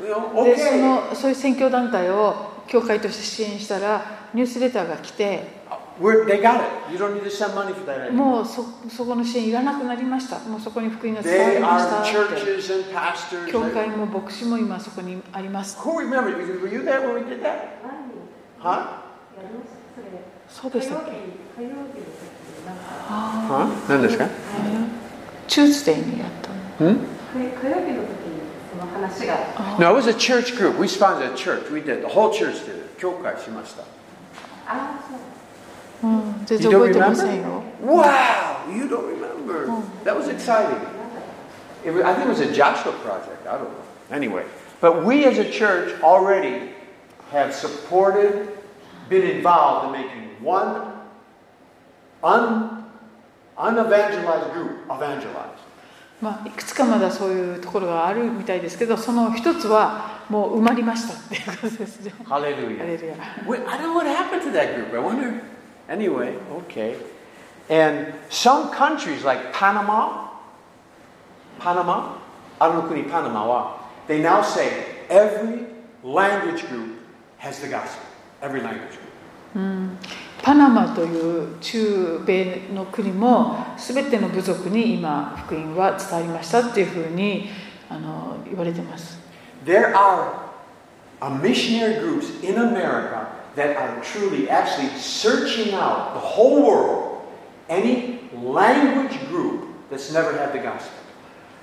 S2: You know,
S1: でそ
S2: okay.
S1: のそういう選挙団体を教会として支援したらニュースレターが来て
S2: We're, they got it. You don't need to send money for that anymore.
S1: もうそそこの支援いらなくなりましたもうそこに福音が伝わ
S2: They
S1: りま
S2: are
S1: したって
S2: churches and pastors.
S1: 教会も牧師も今そこにあります
S2: Who remember? Were you there when we did that? Huh?
S1: そうでしたっけ
S2: Huh? 何ですか？
S1: チューズデーにやったの
S2: No, it was a church group. We sponsored a church. We did. The whole church did it. 教会しました。
S1: うん、全
S2: You
S1: 然
S2: don't
S1: 覚えてません
S2: remember?
S1: よ。
S2: Wow, you don't remember. That was exciting. It was, I think it was a Joshua project. I don't know. Anyway, but we as a church already have supported, been involved in making one un, unevangelized group evangelized.
S1: まあ、いくつかまだそういうところがあるみたいですけど、その一つはもう埋まりましたっていうことですね。ハ
S2: Hallelujah.
S1: レルヤ
S2: We- I don't know what happened to that group. I wonder.
S5: Anyway, okay. And some countries like Panama, Panama, Arukuni Panama, wa, they now say every language group has the gospel. Every language group.
S1: パナマという中米の国も全ての部族に今福音は伝わりましたっていうふうにあの言われてます。
S5: There are uh, missionary groups in America that are truly, actually searching out the whole world, any language group that's never had the gospel.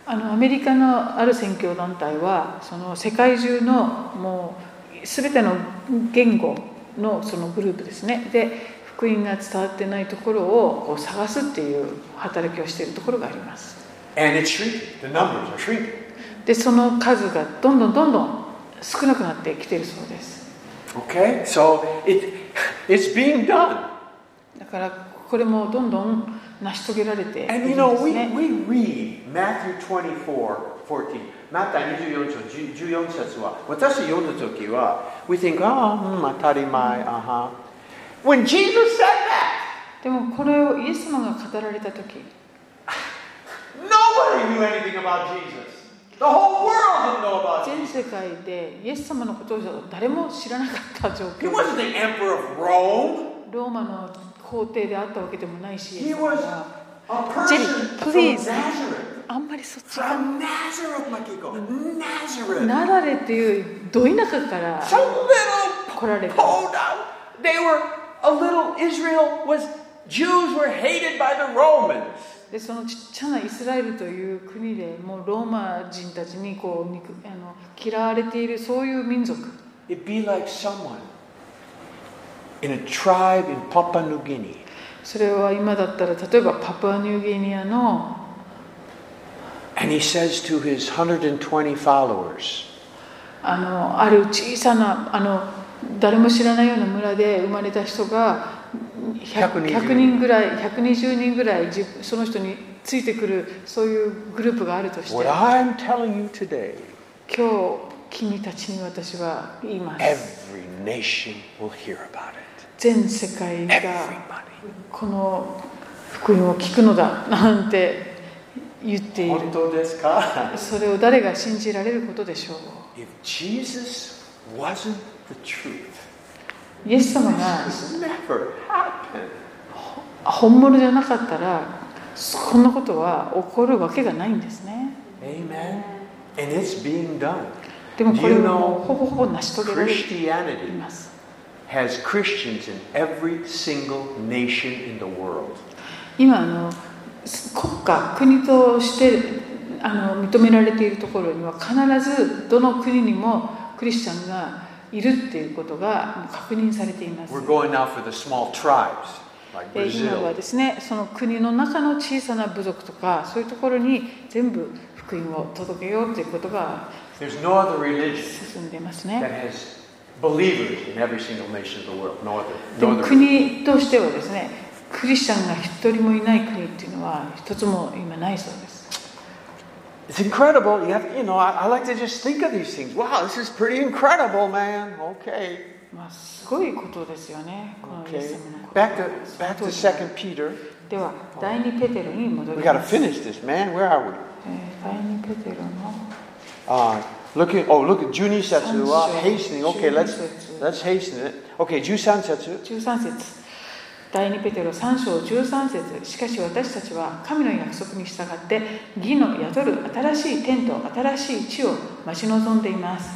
S1: あのアメリカのある宣教団体はその世界中のもう全ての言語のそのグループですねで福音が伝わってないところをこう探すっていう働きをしているところがあります
S5: And it's shrinking. The numbers are shrinking.
S1: でその数がどんどんどんどん少なくなってきてるそうです
S5: Okay? So it, it's being done.
S1: だからこれもどんどん成し遂げられている
S5: And
S1: ん
S5: you know,
S1: です
S5: we,
S1: ね
S5: we read Matthew 24, 14.
S2: マタイ24章14節は私読んだ時は We think, "Ah, hmm, ああ、うん、当たり前、あは。When Jesus said that,
S1: でもこれをイエス様が語られた時
S2: nobody knew anything about Jesus. The whole world didn't know about Jesus.
S1: 全世界でイエス様のことを誰も知らなかった状
S2: He
S1: 況
S2: wasn't the emperor of Rome.
S1: ローマの皇帝であったわけでもないし、イエ
S2: He
S1: ス様
S2: was
S1: は
S2: a person
S1: Jenny,
S2: from
S1: please.
S2: Nazareth.
S1: あんまりそっちが
S2: From Nazareth, Makiko. Nazareth.
S1: ナダレっていうど田舎から
S2: Some little
S1: 来られた
S2: pulled out. They were a little Israel was Jews were hated by the Romans.
S1: でそのちっちゃなイスラエルという国でもうローマ人たちにこう憎あの嫌われているそういう民族
S2: It'd be like someone in a tribe in Papua New Guinea
S1: それは今だったら例えばパプアニューギニアの
S2: and he says to his 120 followers,
S1: あのある小さなあの誰も知らないような村で生まれた人が 100,
S2: 120
S1: 100人ぐらい120人ぐらいじその人についてくるそういうグループがあるとして
S2: What I'm telling you today,
S1: 今日君たちに私は言います。
S2: every nation will hear about it.
S1: 全世界が
S2: Everybody.
S1: この福音を聞くのだなんて言っている
S2: 本当ですか
S1: それを誰が信じられることでしょう
S2: If Jesus wasn't the truth,
S1: イエス様が
S2: this never happened.
S1: 本物じゃなかったらこんなことは起こるわけがないんですね
S2: Amen. And it's being done.
S1: でもこれ
S2: Do you
S1: は
S2: know-
S1: もうほぼほぼ成し遂げられてい
S2: Christianity
S1: ます
S2: has Christians in every single nation in the world.
S1: 今あの国家国としてあの認められているところには必ずどの国にもクリスチャンがいるっていうことが確認されています
S2: We're going now for the small tribes, like
S1: で今は
S2: Brazil.
S1: ですねその国の中の小さな部族とかそういうところに全部福音を届けようということが
S2: There's no other religion
S1: 進んでますね
S2: that has believers in every single nation of the world. No other.
S1: で
S2: No
S1: も
S2: other.
S1: 国としてはですねクリスチャンが一人もいない国っていうのは一つも今ないそうです
S2: It's incredible. You have, you know, I, I like to just think of these things. Wow, this is pretty incredible, man. Okay,
S1: まあすごいことですよねこのイエ
S2: okay.
S1: ス様のこと
S2: Back to back to Second Peter.
S1: では第二ペテロに戻
S2: We
S1: り
S2: got to
S1: ます
S2: finish this, man. Where are we?
S1: えー第二ペテロの
S2: Uh, look at oh, look at Junisetsu. Uh,
S1: Sansetsu.
S2: hastening. Okay, let's
S1: Junisetsu.
S2: let's hasten it. Okay, Jusansetsu.
S1: 13節第2ペテロ3章13節しかし私たちは神の約束に従って義の宿る新しい天と新しい地を待ち望んでいます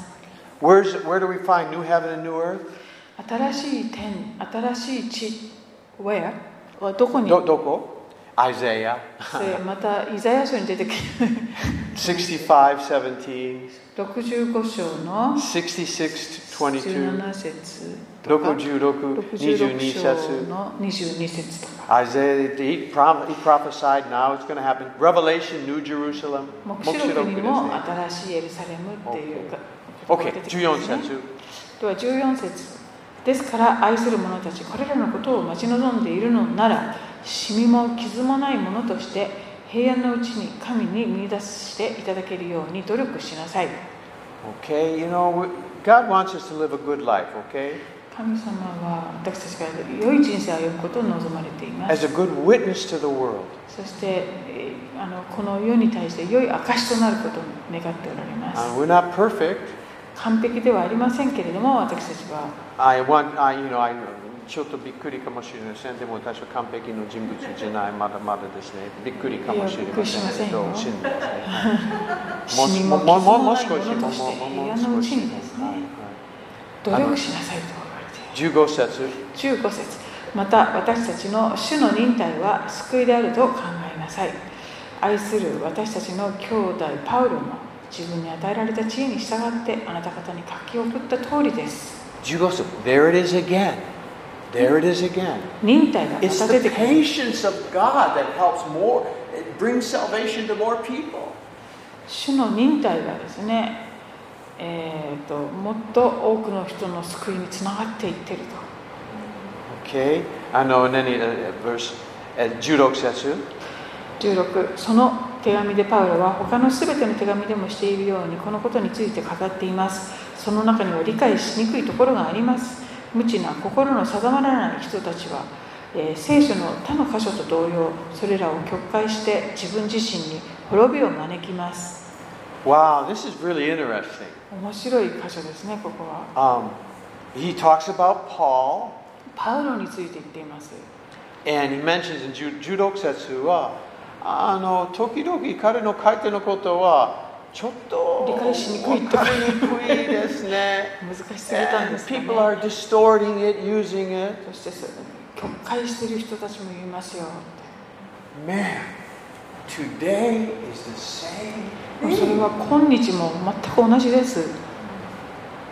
S2: Where's where do we find new heaven and new earth?
S1: 新しい天新しい地 where はどこ
S2: Do,
S1: に
S2: doko? Isaiah
S1: でまたイザヤ書に出てき
S2: 65, 17,
S1: 65章の
S2: 66, 22.
S1: 17節とか
S2: Doko ju, doku, 22
S1: 66章
S2: setsu.
S1: の22節とか
S2: Isaiah, he, prom- he prophesied, now it's going to happen. Revelation, New Jerusalem.
S1: 黙示録にも
S2: Mokshiroku
S1: 新しいエルサレムっていうか
S2: desu ne. Okay,
S1: 出てきますね
S2: 14 setsu.
S1: では14節ですから愛する者たちこれらのことを待ち望んでいるのならシミも傷もないものとして平安のうちに神に見出していただけるように努力しなさい
S2: Mm-hmm. Okay, you know, we, God wants us to live a good life, okay?
S1: 神様は私たちが良い人生を歩むことを望まれていま
S2: As
S1: す
S2: a good witness to the world.
S1: そしてえーあのこの世に対して良い証となることを願っておられま
S2: Uh,
S1: す
S2: we're not perfect.
S1: 完璧ではありませんけれども私たちは
S2: I want, I, you know, I, ちょっとびっくりかもしれません。でも私は完璧の人物じゃない。まだまだですね。びっくりかもしれません
S1: いやびっくり
S2: けど、
S1: しませんよ
S2: 信じてくださいはい
S1: シミも傷
S2: もうもうも
S1: も
S2: う
S1: ない
S2: 少
S1: も
S2: し
S1: のとして
S2: もう
S1: 平
S2: もうもう
S1: 安のうちに
S2: 少し
S1: です
S2: はい
S1: ね
S2: はい
S1: 努力しなさいと言われている
S2: 15節
S1: 15節また私たちの主の忍耐は救いであると考えなさい愛する私たちの兄弟パウロも自分に与えられた地位に従ってあなた方に書き送った通りです
S2: 15節 There it is again. There it is again.
S1: 忍耐がま
S2: It's
S1: た出て
S2: the
S1: くる
S2: patience of God that helps more. It brings salvation to more people.
S1: 主の忍耐がですねえー、ともっと多くの人の救いにつながっていってる
S2: Okay. あの、何、uh, verse、uh, 16節
S1: と16その手紙でパウロは他のすべての手紙でもしているようにこのことについて語っていますその中には理解しにくいところがあります無知な心の定まらない人たちは、えー聖書の他の箇所と同様それらを曲解して自分自身に滅びを招きます
S2: Wow, this is really interesting.
S1: 面白い箇所ですねここは
S2: Um, he talks about Paul,
S1: パウロについて言っています
S2: and he mentions in Ju- 16節は、あの、時々彼の書いてのことは、ちょっと
S1: 理解しにくいと
S2: わかりにくいですね。
S1: 難しすぎたんで
S2: And
S1: すか、ね、
S2: people are distorting it, using it.
S1: そしてそ曲解してる人たちもいますよ
S2: Man, today is the same.
S1: それは今日も全く同じです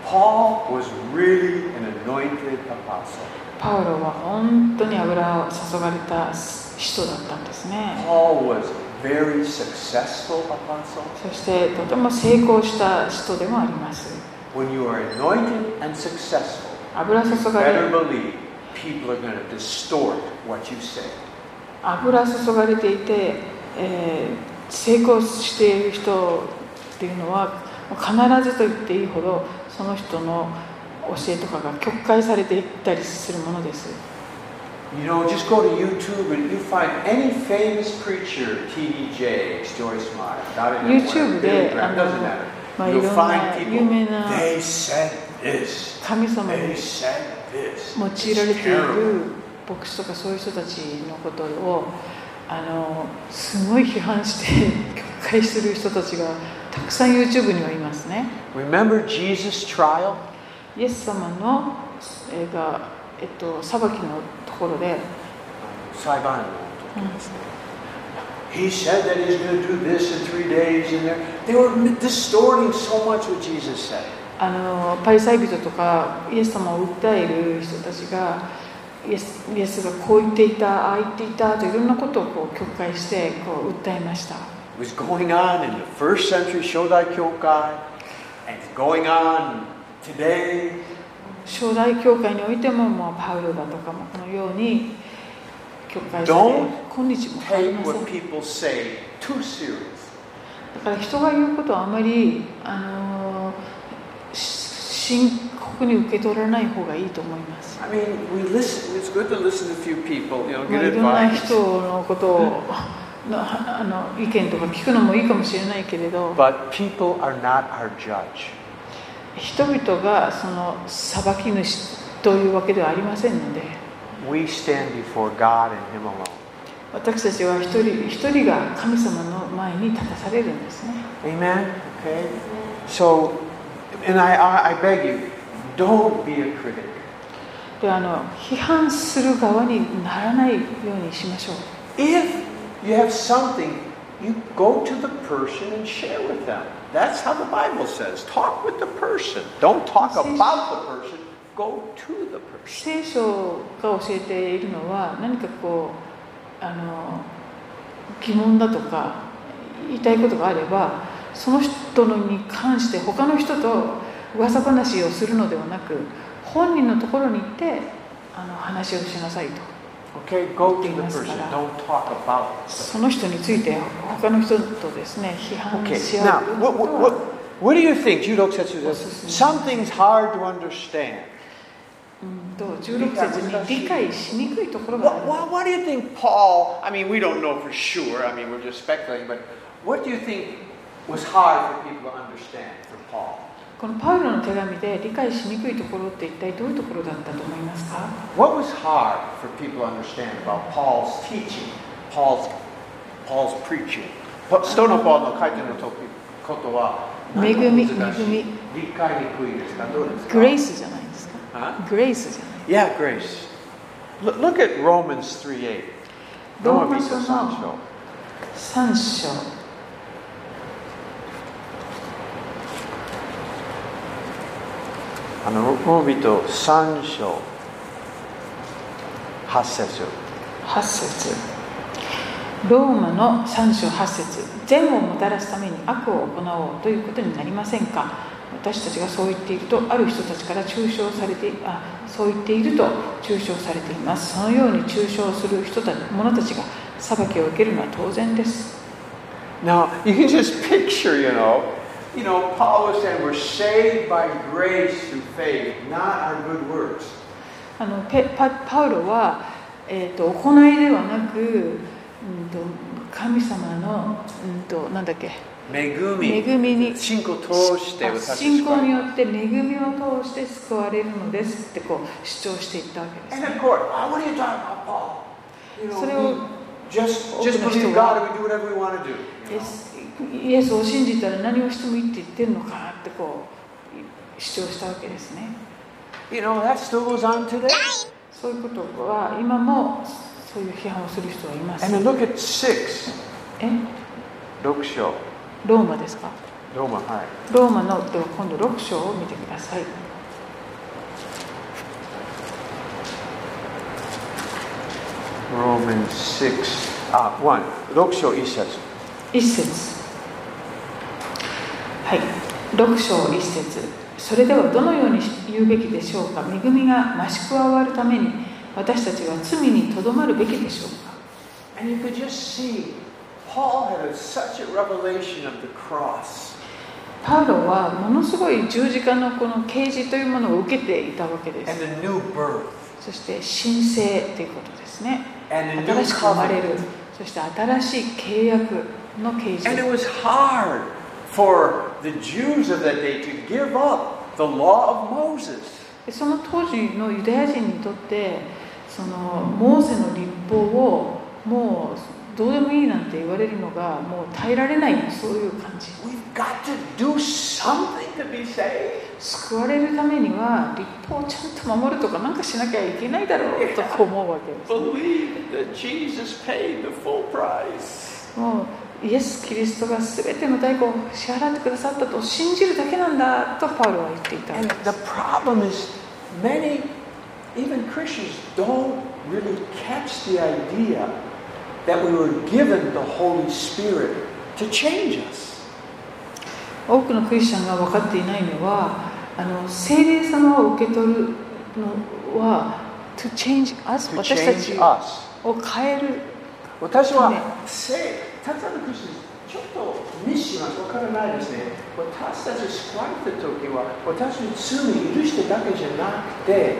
S2: Paul was really an anointed apostle.
S1: パウロは本当に油を注がれた人だったんですね
S2: Paul was a very successful apostle.
S1: そしてとても成功した人でもあります
S2: When you are anointed and successful,
S1: 油注
S2: you
S1: が
S2: better
S1: れ
S2: believe people are going to distort what you say.
S1: 油注がれていて、えー成功している人っていうのは必ずと言っていいほどその人の教えとかが曲解されていったりするものです
S2: You know, just go to YouTube and you find any famous preacher, T.D. Jakes, Joyce Meyer, not in that order,
S1: YouTube で
S2: Billy
S1: あ
S2: Graham,
S1: の
S2: doesn't matter.
S1: まあいろん
S2: You'll
S1: な
S2: find
S1: 有名
S2: people,
S1: な
S2: they said this,
S1: 神様に
S2: they said this.
S1: 用いられ
S2: It's
S1: てい
S2: terrible.
S1: る牧師とかそういう人たちのことをあのすごい批判して 教会する人たちがたくさん YouTube にはいますね
S6: Remember Jesus' trial?
S1: イエス様のえーが、えっと、裁きのところで
S2: He said that he's going to do this in three days, and they're- they were distorting so much what Jesus said.
S1: あのパリサイ人とかイエス様を訴える人たちがイエスイエスがこう言っていたああ言っていたといろんなことをこう曲解してこう訴えました
S2: It was going on in the first century Shodai Kyokai, and it's going on today.
S1: 初代教会においてももうパウロだとかもこのように教会して
S2: Don't
S1: 今日も変わり
S2: Take
S1: ません
S2: what people say too serious.
S1: だから人が言うことはあまりあのし深刻に受け取らない方がいいと思います
S2: I mean, we listen. It's good to listen to a few people. You know,
S1: まあ
S2: get
S1: いろんな人
S2: advice.
S1: のことをのあの意見とか聞くのもいいかもしれないけれど
S6: But people are not our judge.
S1: 人々がその裁き主というわけではありませんので
S6: We stand before God and Him alone.
S1: 私たちは一人一人が神様の前に立たされるんですね
S6: Amen?
S2: Okay. So, and I, I, I beg you, don't be a critic.
S1: であの批判する側にならないようにしましょう
S2: If you have something, you go to the person and share with them. That's how the Bible says. Talk with the person. Don't talk
S1: Since-
S2: about the person. Go to the person.
S1: 聖書が教えているのは何かこうあの疑問だとか言いたいことがあればその人のに関して他の人と噂話をするのではなく本人のところに行ってあの話をしなさいと
S6: Okay, go to the
S1: Yes,
S6: person.
S2: uh,
S1: Father.
S6: Don't talk about it.
S1: その人について他の人とですね批
S2: Oh,
S1: 判
S6: Okay,
S1: し合う
S6: now,
S1: ような
S6: what,
S1: こ
S6: what,
S1: と
S6: what,
S1: は
S6: what do you think? Judo says something's hard to understand.
S1: うんと16節に理解しにくいところがあ
S2: What,
S1: る
S2: what, what do you think Paul, I mean, we don't know for sure, I mean, we're just speculating, but what do you think was hard for people to understand for Paul?
S1: このパウロの手紙で理解しにくいところって一体どういうところだったと思いますか
S2: What was hard for people to understand about Paul's teaching, Paul's, Paul's preaching?
S1: 恵み、
S2: 人のパウロの書いてることは、恵み、
S1: 恵み。グレイスじゃないですか
S2: Huh?
S1: グレイスじゃない
S6: Yeah, grace. Look, look at Romans 3 8.
S1: ロー
S6: Don't
S1: マ
S6: be
S1: 書
S6: so
S1: の
S6: sensual.
S1: 3章8節ローマの3章8節善をもたらすために悪を行おうということになりませんか私たちがそう言っているとある人たちから中傷されてあそう言っていると中傷されていますそのように中傷する人たち者たちが裁きを受けるのは当然です
S2: Now, you can just picture, you know, you know, Paul was saying we're saved by grace through faith, not our good works.
S1: あのペパパウロは、えー、と行いではなく、うん、と神様の、うん、となんだっけ恵みに信仰によって恵みを通して救われるのですってこう主張していったわけです
S2: And of course, oh, what are you talking about, Paul? You know,
S1: それを
S2: we just,
S1: 多
S2: just
S1: くの人は-
S2: believe God and we do whatever we want to do.
S1: イ
S2: you
S1: エ
S2: know.
S1: スイエスを信じたら何をしてもいいって言ってるのかなってこう主張したわけですね
S6: You know, that still goes on today.
S1: そういうことは今もそういう批判をする人はいます
S6: And then look at 6.
S1: え
S6: Doksho.
S1: ローマですか
S6: Doma, hi.
S1: ローマのでは今度6章を見てください
S6: Romans 6. Ah, 1. Doksho isetsu.
S1: 一節はい6章一節それではどのように言うべきでしょうか恵みが増し加わるために私たちは罪にとどまるべきでしょうか
S2: And you could just see Paul had a, such a revelation of the cross.
S1: パウロはものすごい十字架のこの啓示というものを受けていたわけで
S2: And
S1: す
S2: the new birth.
S1: そして神聖ということですね
S2: and the
S1: 新
S2: new
S1: しく生まれ
S2: covenant.
S1: るそして新しい契約の形式
S2: And it was hard for the Jews of that day to give up the law of Moses.
S1: でその当時のユダヤ人にとってそのモーセの立法をもうどうでもいいなんて言われるのがもう耐えられないそういう感じ
S2: We've got to do something to be saved.
S1: 救われるためには立法をちゃんと守るとかなんかしなきゃいけないだろうとこう思うわけです
S2: Believe that Jesus paid the full price.
S1: もうイエス・キリストが全ての代行を支払ってくださったと信じるだけなんだとパウロは言っていたわ
S2: And
S1: け
S2: the problem is, many, even Christians, don't really catch the idea that we were given the Holy Spirit to change us.
S1: 多くのクリスチャンが分かっていないのはあの聖霊様を受け取るのは to change us
S7: to
S1: 私た
S7: change
S1: ち
S7: us.
S1: を変える
S2: 私
S1: ね
S2: はせたくさんのクリスチャンちょっとミッションはわからないですね私たち救われた時は私の罪を許してだけじゃなくて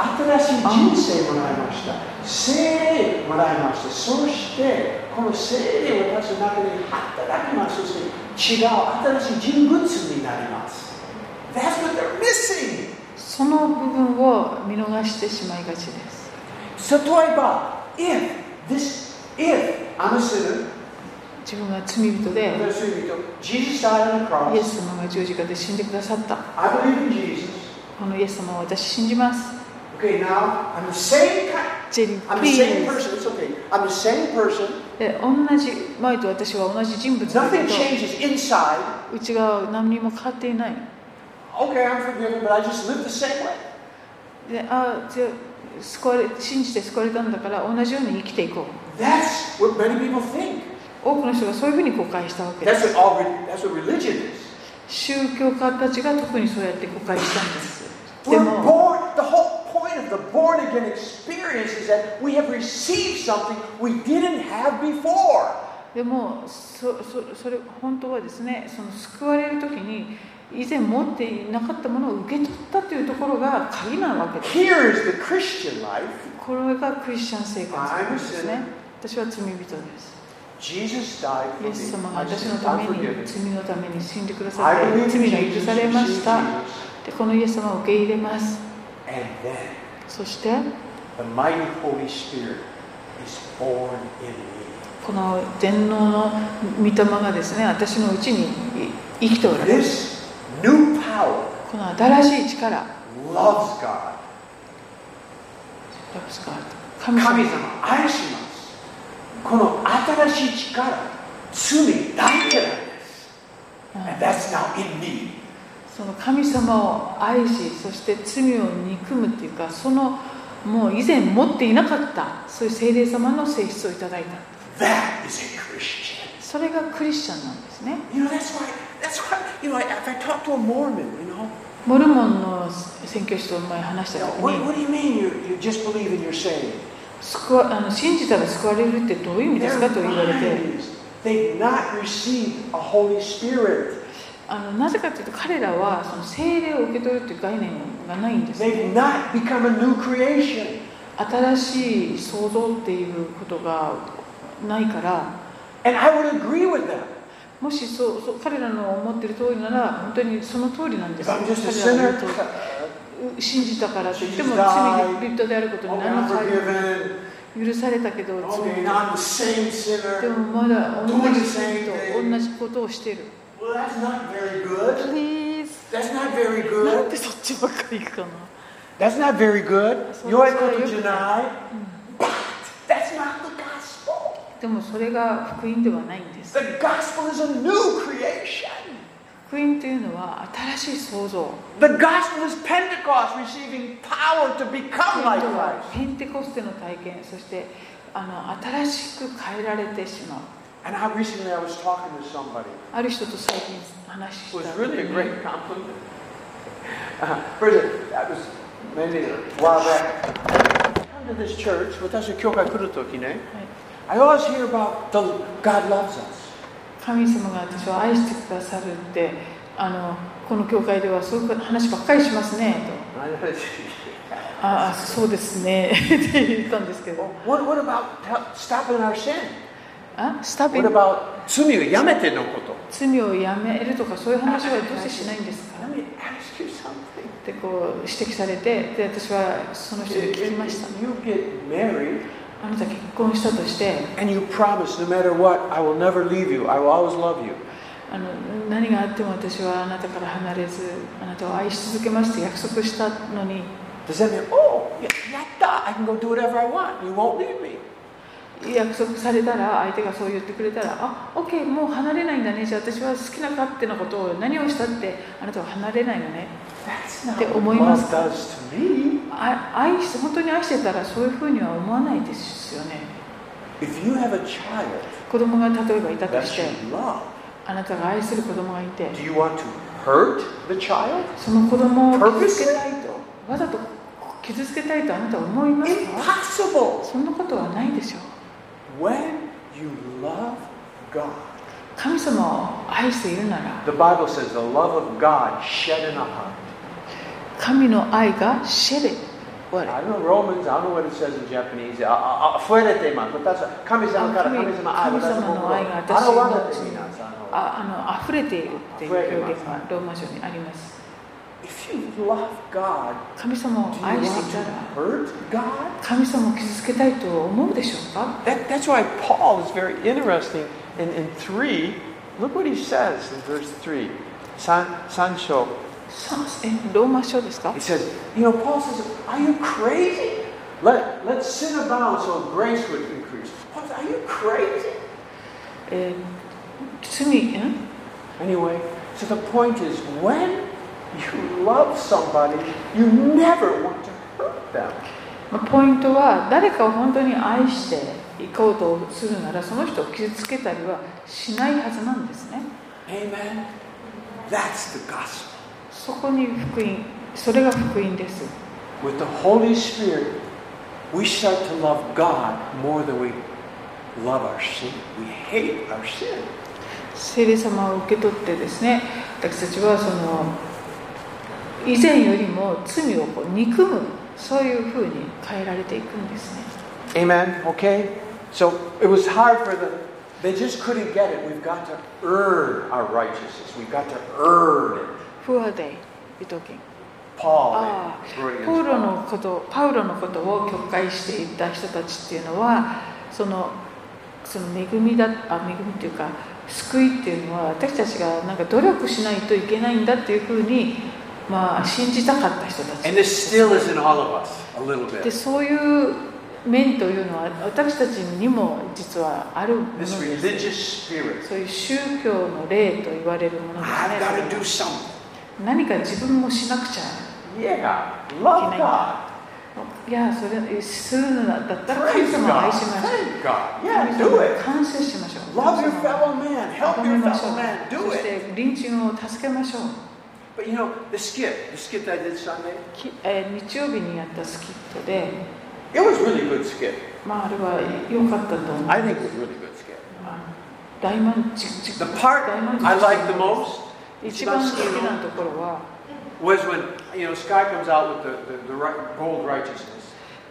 S2: 新しい人生もらいました精霊もらいましたそしてこの精霊を私の中で働きますそして違う新しい人物になります That's what they're missing!
S1: その部分を見逃してしまいがちです
S2: So, 例えば if this if I'm a sinner
S1: 自分が罪人で
S2: Let's read it. Jesus died on the cross.
S1: イエス様が十字架で死んでくださった
S2: I believe in Jesus.
S1: このイエス様を私信じます
S2: Okay, now I'm the same kind.
S1: ジェリー
S2: I'm
S1: プ
S2: the
S1: リー
S2: same person. It's okay. I'm the same person.
S1: で同じ前と私は同じ人物だけ
S2: Nothing
S1: ど
S2: changes inside.
S1: 内側は何にも変わっていない
S2: Okay, I'm forgiven, but I just live the same way.
S1: でああじゃあ救われ信じて救われたんだから同じように生きていこう
S2: That's what many people think.
S1: 多くの人がそういうふうに誤解したわけで
S2: That's
S1: す
S2: what all. Re- that's what religion is.
S1: 宗教家たちが特にそうやって誤解したんですで
S2: We're
S1: も
S2: born. The whole point of the born again experience is that we have received something we didn't have before.
S1: でもそそそれ本当はですねその救われる時に以前持っていなかったものを受け取ったというところが鍵なわけです
S2: Here is the Christian life.
S1: これがクリスチャン生活です
S2: I
S1: ね
S2: understand.
S1: 私は罪人です
S2: Jesus died for
S1: イ
S2: me.
S1: エス様が
S2: My
S1: 私の
S2: sins.
S1: ため
S2: I'm
S1: に
S2: forgiven.
S1: 罪のために死んでくださ
S2: I
S1: って
S2: believe in
S1: 罪が許
S2: Jesus,
S1: されました
S2: Jesus.
S1: でこのイエス様を受け入れます
S2: And then
S1: そして
S2: the mighty Holy Spirit is born in me.
S1: この全能の御霊がですね私のうちにい生きておられる
S2: This new power
S1: この新しい力
S2: loves God.
S1: 神様
S2: 神様愛します。この新しい力、罪だけなんです。
S1: うん
S2: And that's now in me.
S1: その神様を愛しそして罪を憎むっていうかそのもう以前持っていなかったそういう聖霊様の性質をいただいた
S2: That is a Christian.
S1: それがクリスチャンなんですね
S2: You know, that's why, that's why, you know, if I talk to a Mormon, you know,
S1: モルモンの宣教師と前話し
S2: you
S1: た
S2: know,
S1: 時
S2: what,
S1: に
S2: what do you mean you, you just believe and you're saved?
S1: 救わあの信じたら救われるってどういう意味ですかと言われて
S2: They've not received a Holy Spirit.
S1: あのなぜかというと彼らはその聖霊を受け取るという概念がないんです、
S2: They've
S1: ね、
S2: not become a new creation.
S1: 新しい創造っていうことがないから
S2: And I would agree with them.
S1: もしそうそう彼らの思ってる通りなら本当にその通りなんで
S2: If
S1: すよ
S2: I'm just a
S1: 彼らが言う
S2: sinner,
S1: とう信じたからといっても
S2: Jesus died.
S1: 罪人であることに
S2: okay,
S1: 何
S2: I'm
S1: の変わ
S2: forgiven.
S1: り許されたけど
S2: Okay,
S1: 罪
S2: now I'm the same
S1: で
S2: sinner.
S1: もまだ同
S2: Doing
S1: じ
S2: the same
S1: 罪と
S2: thing.
S1: 同じことをしてる
S2: Well, that's not very good.
S1: Please
S2: That's not very
S1: なん
S2: good.
S1: でそっちばっかり行くかな
S2: That's not very good.
S1: So
S2: You're
S1: that's why
S2: able to
S1: you- Hmm.
S2: deny. But that's not the gospel.
S1: でもそれが福音ではないんです
S2: The gospel is a new creation.
S1: 福音というのは新しい創造
S2: The gospel is Pentecost receiving power to become
S1: 今
S2: like
S1: 度は
S2: Christ.
S1: ペンテコステの体験そしてあの新しく変えられてしまう
S2: And I recently I was talking to somebody
S1: ある人と最近話し
S2: who
S1: た
S2: was really a great compliment. Uh, Bridget, that was maybe a while back. Come to this church, 私教会来る時ね、
S1: はい
S2: I always hear about the God loves us.
S1: 神様が私を愛してくださるって あのこの教会ではそういう話ばっかりしますね
S2: And I-
S1: ああそうですね って言ったんですけど
S2: What, what about t- stopping our sin?
S1: あスタビ
S2: What about 罪をやめてのこと?
S1: 罪をやめるとかそういう話はどうしてしないんですか
S2: Let me ask you something.
S1: ってこう指摘されてで私はその人に聞きました
S2: If you get married
S1: あなた結婚したとして
S2: and you promise, no matter what, I will never leave you, I will always love you.
S1: あの何があっても私はあなたから離れずあなたを愛し続けますと約束したのに
S2: Does that mean, oh, y- yatta, I can go do whatever I want, you won't leave me?
S1: 約束されたら相手がそう言ってくれたらあオッケーもう離れないんだねじゃあ私は好きな勝手なことを何をしたってあなたは離れないよね
S2: That's not
S1: って
S2: what
S1: 思います
S2: love
S1: か
S2: does to me.
S1: あ愛して本当に愛してたらそういうふうには思わないですよね
S2: If you have a child
S1: 子供が例えばいたとし
S2: that
S1: て
S2: you love,
S1: あなたが愛する子供がいて
S2: do you want to hurt the child?
S1: その子供を傷つけ
S2: Purposely?
S1: たいとわざと傷つけたいとあなたは思いますか
S2: Impossible.
S1: そんなことはないでしょう
S2: When you love God,
S1: 神様を愛しているなら
S2: the Bible says the love of God shed in a heart.
S1: 神の愛がシェレ我
S2: I don't know Romans, I don't know what it says in Japanese. Ah, ah, ah, Fueretema, watashi- 神様から
S1: 神-
S2: 神様愛、
S1: 神様の愛が
S2: 私の心を
S1: 私の内に。Ah,
S2: 表れて皆さんを。
S1: ああの溢れているっていう表現が
S2: 溢れてます
S1: ローマ書にあります
S2: If you love God,
S1: 神様
S2: do
S1: を
S2: you
S1: 愛
S2: want
S1: してい
S2: to
S1: たら
S2: hurt God?
S1: 神様を傷つけたいと思うでしょうか
S2: That, that's why Paul is very interesting. In, in 3, look what he says in verse 3. San, Sancho,
S1: さえローマ書ですか
S2: he says, You know, Paul says, Are you crazy? Let, let sin abound so grace would increase. Paul says, Are you crazy?
S1: えー罪ん
S2: Anyway, so the point is when you love somebody, you never want to hurt them.
S1: まあポイントは誰かを本当に愛していこうとするならその人を傷つけたりはしないはずなんですね
S2: Amen. That's the gospel.
S1: そこに福音それが福音です
S2: With the Holy Spirit, we start to love God more than we love our sin. We hate our sin.
S1: 聖霊様を受け取ってですね私たちはその以前よりも罪をこう憎むそういうふうに変えられていくんですね
S2: Amen. Okay? So it was hard for them. They just couldn't get it. We've got to earn our righteousness. We've got to earn it.
S1: Who are they? You talking?
S2: Paul.
S1: あ
S2: brilliant.
S1: あパウロのことパウロのことを曲解していた人たちっていうのはそのその恵みだあ恵みっていうか救いっていうのは私たちがなんか努力しないといけないんだっていうふうに、まあ、信じたかった人たち
S2: And this still is in all of us, a little
S1: で
S2: bit.
S1: そういう面というのは私たちにも実はあるもので
S2: This
S1: す
S2: religious spirit.
S1: そういう宗教の霊と言われるもの
S2: I've got to
S1: です
S2: do
S1: ね
S2: something.
S1: 何か自分もしなくちゃ Can
S2: Yeah.
S1: I-
S2: Love God.
S1: いやそれするのだったら神
S2: Praise
S1: 様を愛
S2: God.
S1: しましょう
S2: Thank God.
S1: 神様
S2: Yeah, do
S1: を
S2: it.
S1: 感謝しましょう
S2: Love
S1: 神様
S2: your
S1: を
S2: fellow man.
S1: 崇
S2: Help
S1: め
S2: your
S1: ましょ
S2: fellow man.
S1: う
S2: Do
S1: そし
S2: it.
S1: て隣人を助けましょう
S2: But you know, the skit, the skit I did Sunday,
S1: きえー日曜日にやったスキットで
S2: it was really good skit.
S1: まああれは良かったと思う
S2: I think it was really good skit.
S1: 大満足
S2: The part
S1: 大満足
S2: I liked the most
S1: 一番好きなところは
S2: was when, you know, Sky comes out with the, the, the right, gold righteousness.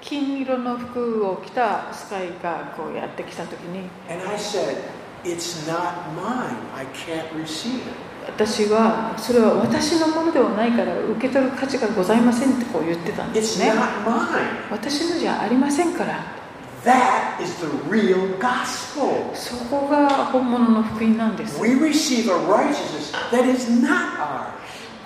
S1: 金色の服を着たスカイがこうやってきた時に
S2: And I said, it's not mine. I can't receive it.
S1: 私はそれは私のものではないから受け取る価値がございませんってこう言ってたんで
S2: It's
S1: すね
S2: not mine.
S1: 私のじゃありませんから
S2: That is the real gospel.
S1: そこが本物の福音なんです
S2: We receive a righteousness that is not ours.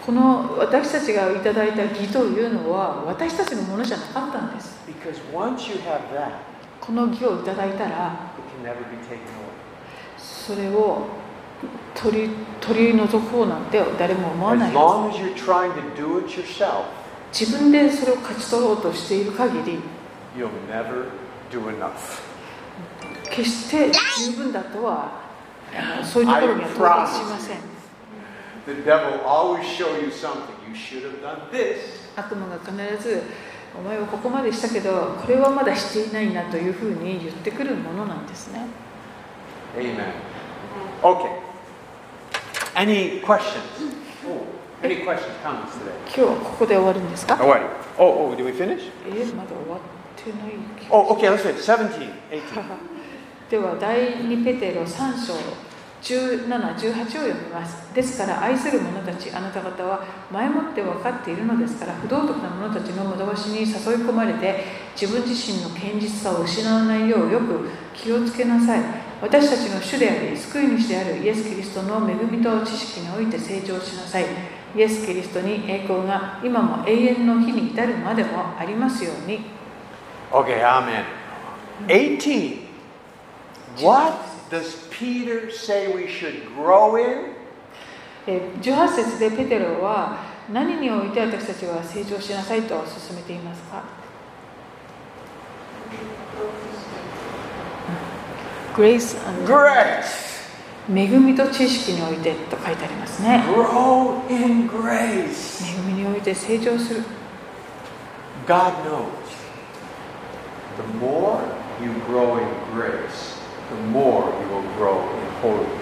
S1: この私たちがいただいた義というのは私たちのものじゃなかったんです
S2: Because once you have that,
S1: この義をいただいたら
S2: it can never be taken away.
S1: それを取り取り除こうなんて誰も思わない
S2: As long as you're trying to do it yourself,
S1: 自分でそれを勝ち取ろうとしている限り
S2: you'll never do enough.
S1: 決して十分だとはあのそういうところには到達しません
S2: The devil always show you something. You should have done this.
S1: 悪魔が必ず「お前はここまでしたけどこれはまだしていないな」というふうに言ってくるものなんですね
S2: Amen. Okay. Any questions? Any questions, comments today?
S1: 今日はここで終わるんですか
S8: All right. Oh, oh, did we finish?
S1: えーまだ終わってない気が
S8: Oh, okay, let's finish. 17, 18.
S1: では第2ペテロ3章1718を読みますですから愛する者たちあなた方は前もって分かっているのですから不道徳な者たちの惑わしに誘い込まれて自分自身の堅実さを失わないようよく気をつけなさい私たちの主であり救い主であるイエス・キリストの恵みと知識において成長しなさいイエス・キリストに栄光が今も永遠の日に至るまでもありますように
S8: Okay, amen.
S2: 18. What does Peter say we should grow in?
S1: えー18節でペテロは何において私たちは成長しなさいと勧めていますか ?Grace and
S2: Grace.
S1: 恵みと知識においてと書いてありますね。
S2: Grow in grace.
S1: 恵みにおいて成長する。
S2: God knows. The more you grow in grace, the more you will grow in holiness.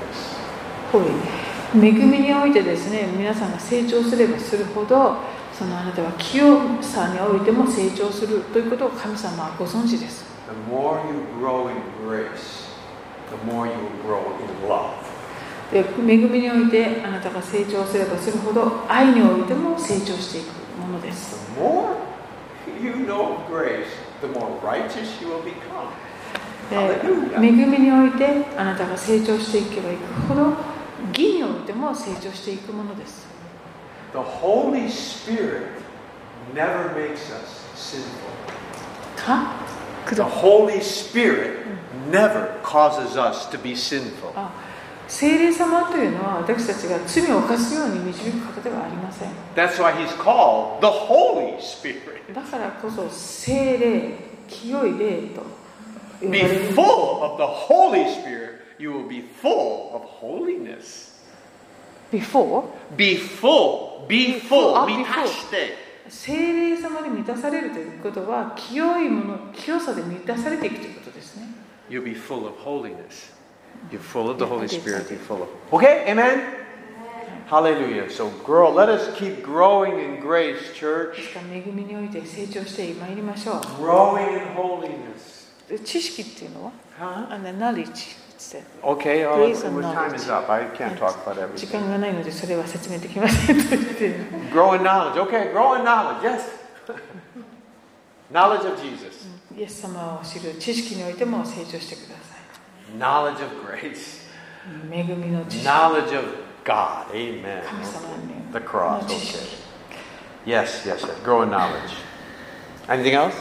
S1: ほい。恵みにおいてですね、皆さんが成長すればするほど、そのあなたは清さにおいても成長するということを神様はご存知です。
S2: The more you grow in grace, the more you will grow in love.
S1: で恵みにおいてあなたが成長すればするほど愛においても成長していくものです
S2: The more you know grace, the more righteous you will become.
S1: で
S2: Hallelujah.
S1: 恵みにおいてあなたが成長していけばいくほど義においても成長していくものです
S2: The Holy Spirit never makes us sinful.
S1: かく
S2: The
S1: ど
S2: Holy Spirit never causes us to be sinful.
S1: あ聖霊様というのは私たちが罪を犯すように導く方ではありません
S2: That's why he's called the Holy Spirit.
S1: だからこそ聖霊清い霊と呼ば
S2: Be
S1: れる
S2: full of the Holy Spirit. You will be full of holiness.
S1: before
S2: Be full. Be
S1: full,
S2: full.
S1: ah,
S2: Be
S1: be full.
S2: full.
S1: 聖霊様で満たされるということは清いもの清さで満たされていくということですね
S2: You'll be full of holiness. You're full of the Holy
S1: Okay,
S2: Spirit.
S1: okay.
S2: Be full of. Okay, amen? Hallelujah. So, grow. Let us keep growing in grace,
S1: です
S2: church.
S1: から恵みにおいて成長してまいりましょ
S2: Growing in holiness.
S1: う知識っていうのは
S2: Huh?
S1: あのナリッジって
S8: Okay, uh,
S1: Grace and
S8: well, time
S1: knowledge.
S8: is up. I can't talk about
S1: 時
S8: everything.
S1: 間がないのでそれは説明できませんと言ってる
S2: Grow in knowledge. Okay, grow in knowledge. Yes. knowledge of Jesus.
S1: イエス様を知る知識においても成長してくださ
S2: Knowledge of grace.
S1: い恵みの知識
S2: Knowledge of God. Amen.
S1: 神様の
S8: The cross,
S1: 知識
S8: okay. Yes, yes, yes. Grow in knowledge. Anything else?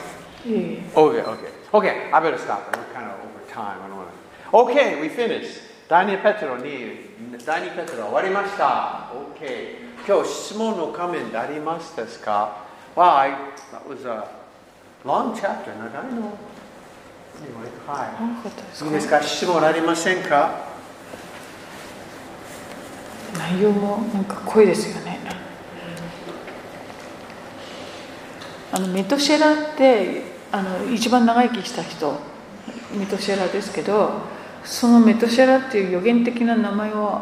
S1: いえいえ
S8: Okay, okay.
S2: Oh, Okay, I better stop. We're kind of over time. I don't want to. Okay, we finished. 第二ペテロに、第二ペテロ終わりました。Okay. 今日質問の仮面でありますですか Wow, I, that was a long chapter. 長いの。Anyway, hi.
S1: なかったです
S2: いいです
S1: か
S2: か質問ありませんか
S1: 内容もなんか濃いですよねあのメトシェラってあの一番長生きした人メトシェラですけどそのメトシェラっていう予言的な名前を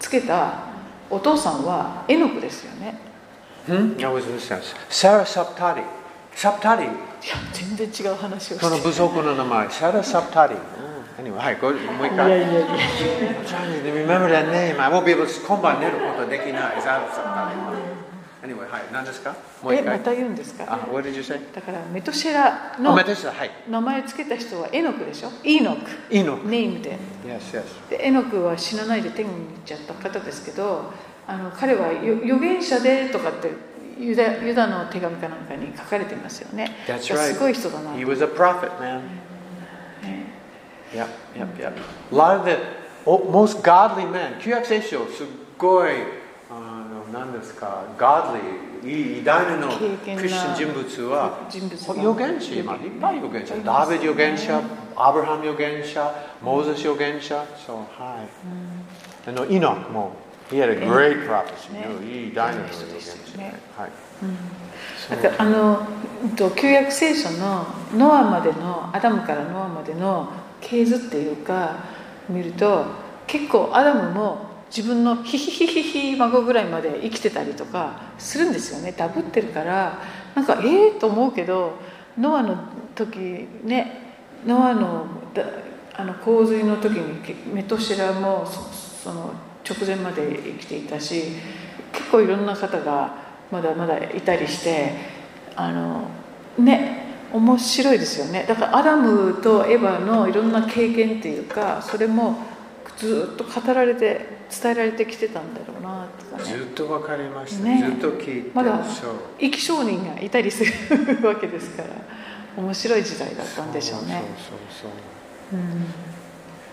S1: つけたお父さんはエノクですよね
S2: Hmm? I was in a sense. Sarah Saptari. Saptari.
S1: いや全然違う話を
S2: その
S1: して
S2: 部族の名前。Sarah Saptari. Oh, Anyway, はい、ごもう一
S1: いやい
S2: 回。
S1: やいや
S2: I'm trying to remember that name. I won't be able to 今晩寝ることできない。Sarah Saptari. Anyway, はい、何ですかもう一
S1: えま
S2: 回。
S1: た言うんですか
S2: あ、What Uh-huh, did you say? Oh,
S1: だからメトシェラ
S2: お
S1: の
S2: めでとう。はい。
S1: 名前つけた人はエノクでしょイーノク
S2: イノ。
S1: ネームで
S2: Yes, yes.
S1: でエノクは死なないで天に行っちゃった方ですけどあの彼はよ預言者でとかってユダユダの手紙かなんかに書かれてますよね
S2: That's
S1: だから
S2: right.
S1: すごい人だな
S2: He was a prophet, man. Yep, yep, yep. A lot of the oh, most godly men, 旧約聖書、すっごい、あの、何ですか、godly、いい偉大なの
S1: 敬虔な
S2: クリスチャン人物は、
S1: 人物が
S2: 預言者、今、いっぱい預言者。ダビデ預言者、アブラハム預言者、モーゼス預言者、そう、はい。あの、イノクも、he had a great prophecy、
S1: ね
S2: いい偉大な
S1: 偉大
S2: の預
S1: な人で
S2: 言
S1: す
S2: 者、
S1: よね
S2: はい。
S1: だからあのうんと旧約聖書のノアまでのアダムからノアまでの系図っていうか見ると結構アダムも自分のヒヒヒヒヒ孫ぐらいまで生きてたりとかするんですよねダブってるからなんかええと思うけどノアの時ねノアのだあの洪水の時にけメトシラもそその直前まで生きていたし結構いろんな方がまだまだいたりしてあのね面白いですよねだからアダムとエヴァのいろんな経験っていうかそれもずっと語られて伝えられてきてたんだろうなとかね
S2: ずっとわかりました、
S1: ね
S2: ずっと聞いて
S1: まだ
S2: そう
S1: 生き証人がいたりするわけですから面白い時代だったんでしょうね。
S2: そうそうそう
S1: うん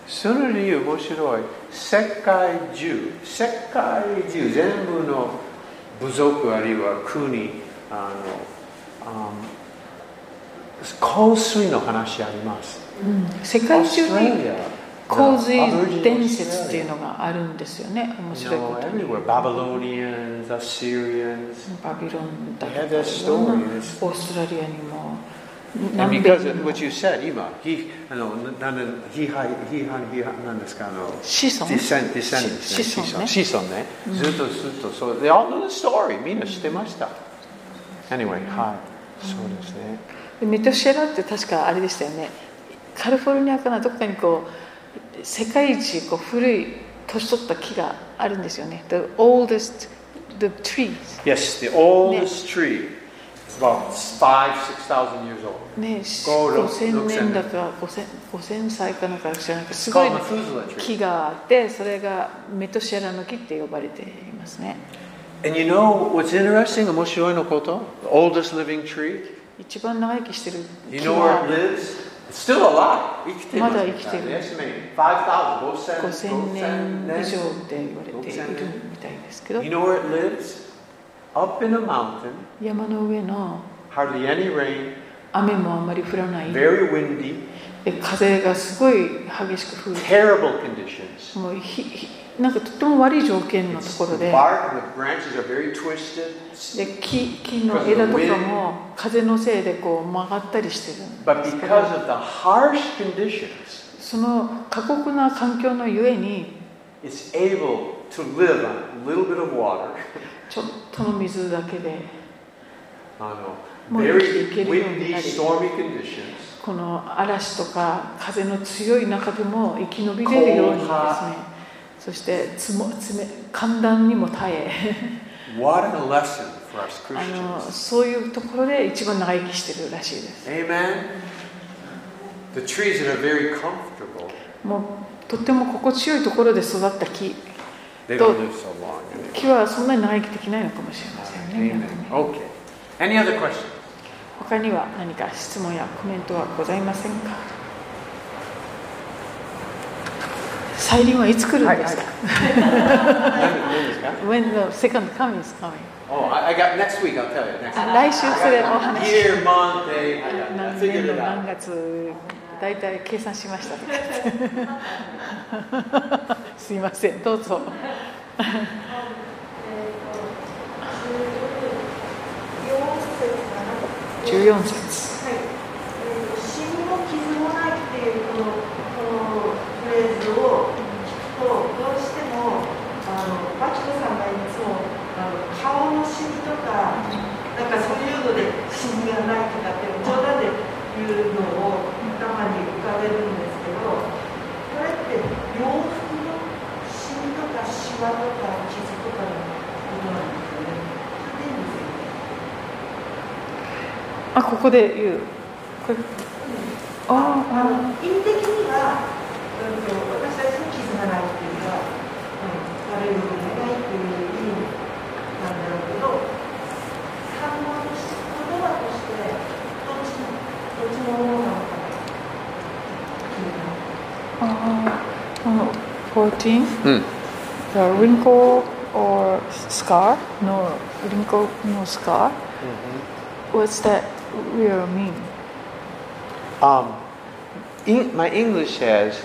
S2: その理由面白い世界中世界中全部の部族あるいは国あの、あの香水の話あります
S1: うん世界中に
S2: Australia,
S1: 洪水
S2: the Aboriginal
S1: 伝説っていう
S2: Australia.
S1: のがあるんですよね面白いこ
S2: No,
S1: とに
S2: everywhere Babylonians Assyrians
S1: バビロンだ
S2: They had
S1: と
S2: their
S1: かいろんな
S2: stories.
S1: オーストラリアにも
S2: And
S1: 南米
S2: because
S1: に
S2: of
S1: も
S2: what you said 今ひあのななん批判批判批判なんですかあの
S1: 子孫
S2: Descend- descendants ね
S1: 子孫ね
S2: 子孫ねずっとずっとそう They all know the story みんな知ってました Anyway はいそうですね
S1: でメトシェラって確かあれでしたよねカリフォルニアかなどっかにこう世界一こう古い年取った木があるんですよね The oldest the trees
S2: Yes the oldest tree It's about five, six thousand years old
S1: ねし
S2: 五六
S1: 5000
S2: 六千
S1: 年だか 5000, 5000歳かなんか知らないけどす
S2: It's
S1: ごい
S2: called Methuselah tree
S1: 木があってそれがメトシェラの木って呼ばれていますね
S2: And you know what's interesting 面白いのこと The oldest living tree
S1: 一番長生きしてる
S2: You
S1: 木
S2: know where
S1: は
S2: it lives? It's still alive 生きてる
S1: まだ生きてる
S2: They estimate 5,000 5000
S1: 5000年以上
S2: 5000
S1: って言われているみたいですけど
S2: You know where it lives? Up in a mountain
S1: 山の上の
S2: Hardly any rain
S1: 雨もあんまり降らない
S2: Very windy
S1: で風がすごい激しく吹いて
S2: terrible conditions.
S1: もうひひなんかとっても悪い条件のところ
S2: The
S1: で
S2: bark and the branches are very twisted.
S1: で木木の枝とかも風のせいでこう曲がったりしてるん
S2: But
S1: ですけど
S2: because of the harsh conditions,
S1: その過酷な環境のゆえに
S2: it's able to live on a little bit of water.
S1: ちょっとの水だけで
S2: On
S1: もう
S2: very
S1: 生きていけるようになり。
S2: windy, stormy conditions.
S1: この嵐とか風の強い中でも生き延びれるようにですね
S2: 後半
S1: そしてつもつめ寒暖にも耐え
S2: What a lesson for us
S1: あの
S2: Christians.
S1: そういうところで一番長生きしてるらしいです
S2: Amen. The trees that are very comfortable,
S1: もうとっても心地よいところで育った木 Don't-
S2: they don't live so long. anyway.
S1: 木はそんなに長生きできないのかもしれませんねなんか
S2: Amen.
S1: ね
S2: Okay. Any other questions?
S1: 他には何か質問やコメントはございませんか再臨はいつ来るんですか、When the second coming is coming
S2: Oh, I, I got next week. I'll tell you next.
S1: あ来週それお話し
S2: Year, month, day. I got. it.
S1: 何
S2: I
S1: 年
S2: figured
S1: の
S2: it out.
S1: 何月大体計算しましたとか言ってすいませんどうぞ14節
S5: はい、えー死にも傷もないっていうこのこのフレーズを聞くとどうしてもあのバキコさんがいつもあの顔のシミとかなんかそういうのでシミがないとかっていう冗談で言うのを頭に浮かべるんですけどこれって洋服のシミとかシワとか傷とかのことなんですよね。それでいいんですよね
S1: あここで言うこれあ
S5: あ
S1: あ
S5: の意味的には、うん、と私たちの傷がないっていうか、うん、悪い部分がないっていう意味なんだろうけど反応として言葉としてどっちのどっちのものなのかなっていうのは
S1: Uh, oh, 14.
S2: Hmm.
S1: The wrinkle or scar? No, wrinkle, no scar.
S2: Mm-hmm.
S1: What's that real mean?
S2: Um, Eng- my English has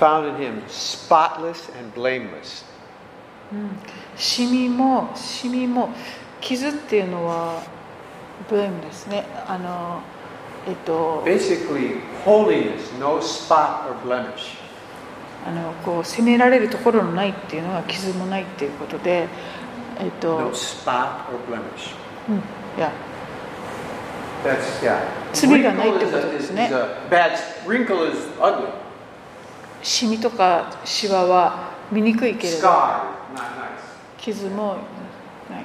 S2: found in him spotless and blameless.
S1: シミも、シミも、傷っていうのは、ブレームですね。あの、えっと、
S2: Basically, holiness, no spot or blemish.
S1: あのこう責められるところのないっていうのが傷もないっていうことで、えっと
S2: No spot or blemish.
S1: うん、いや
S2: That's, yeah.
S1: 罪がないってことですね。
S2: Wrinkle is a- is a bad, wrinkle is ugly.
S1: シミとかシワは見にくいけれど
S2: Scar, not nice.
S1: 傷もない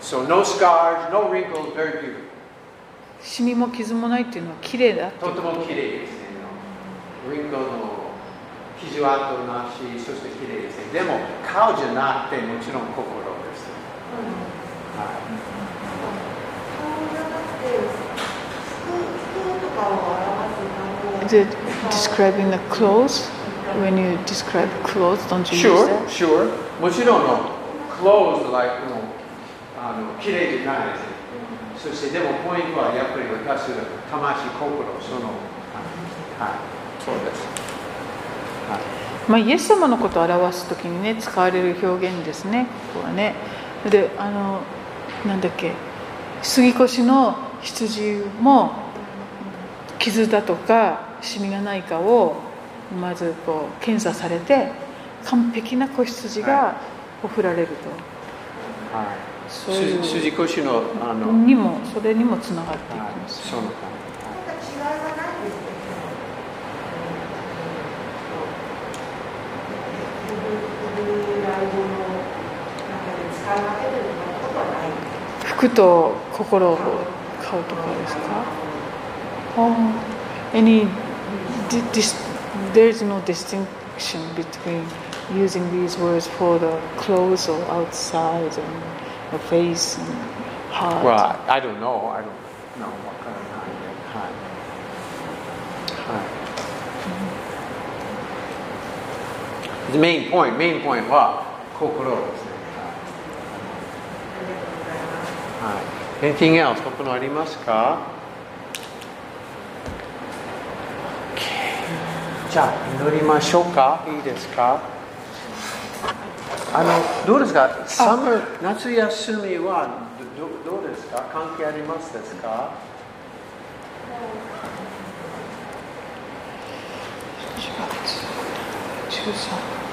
S2: So no scars, no wrinkles, very beautiful.
S1: シミも傷もないっていうのは綺麗だってい
S2: と
S1: う
S2: て
S1: こ
S2: も
S1: と
S2: 綺麗ですね。ウィンドウの傷跡なし、そして綺麗ですね。でも、顔じゃなくて、もちろん心です。は
S1: Is it describing the clothes? When you describe clothes, don't
S2: い
S1: you use
S2: sure,
S1: that?
S2: sure. もちろんの、clothes, like, のあの綺麗じゃないですね。そして、でも、ポイントはやっぱり私の魂、心、その、はい、はいそうです。
S1: まあ、イエス様のことを表すときにね使われる表現ですねここはねであのなんだっけ杉越の羊も傷だとかシミがないかをまずこう検査されて完璧な子羊が送られると、
S2: は
S1: そうい
S2: い、
S1: う
S2: 筋腰の、あの、
S1: にもそれにもつながっていき
S2: はい
S1: ます、
S2: その感じ。
S1: 服と心を買うとかですか Oh, any di- dis- there's no distinction between using these words for the clothes or outside and the face and heart.
S2: Well, I- I don't know. I don't know what kind of time they had. The main point, main point は心ですね。はい。Anything else? 他のありますか Okay. じゃあ、祈りましょうか。いいですかあの、どうですか ?summer、夏休みはどどどうですか関係ありますですか
S1: 13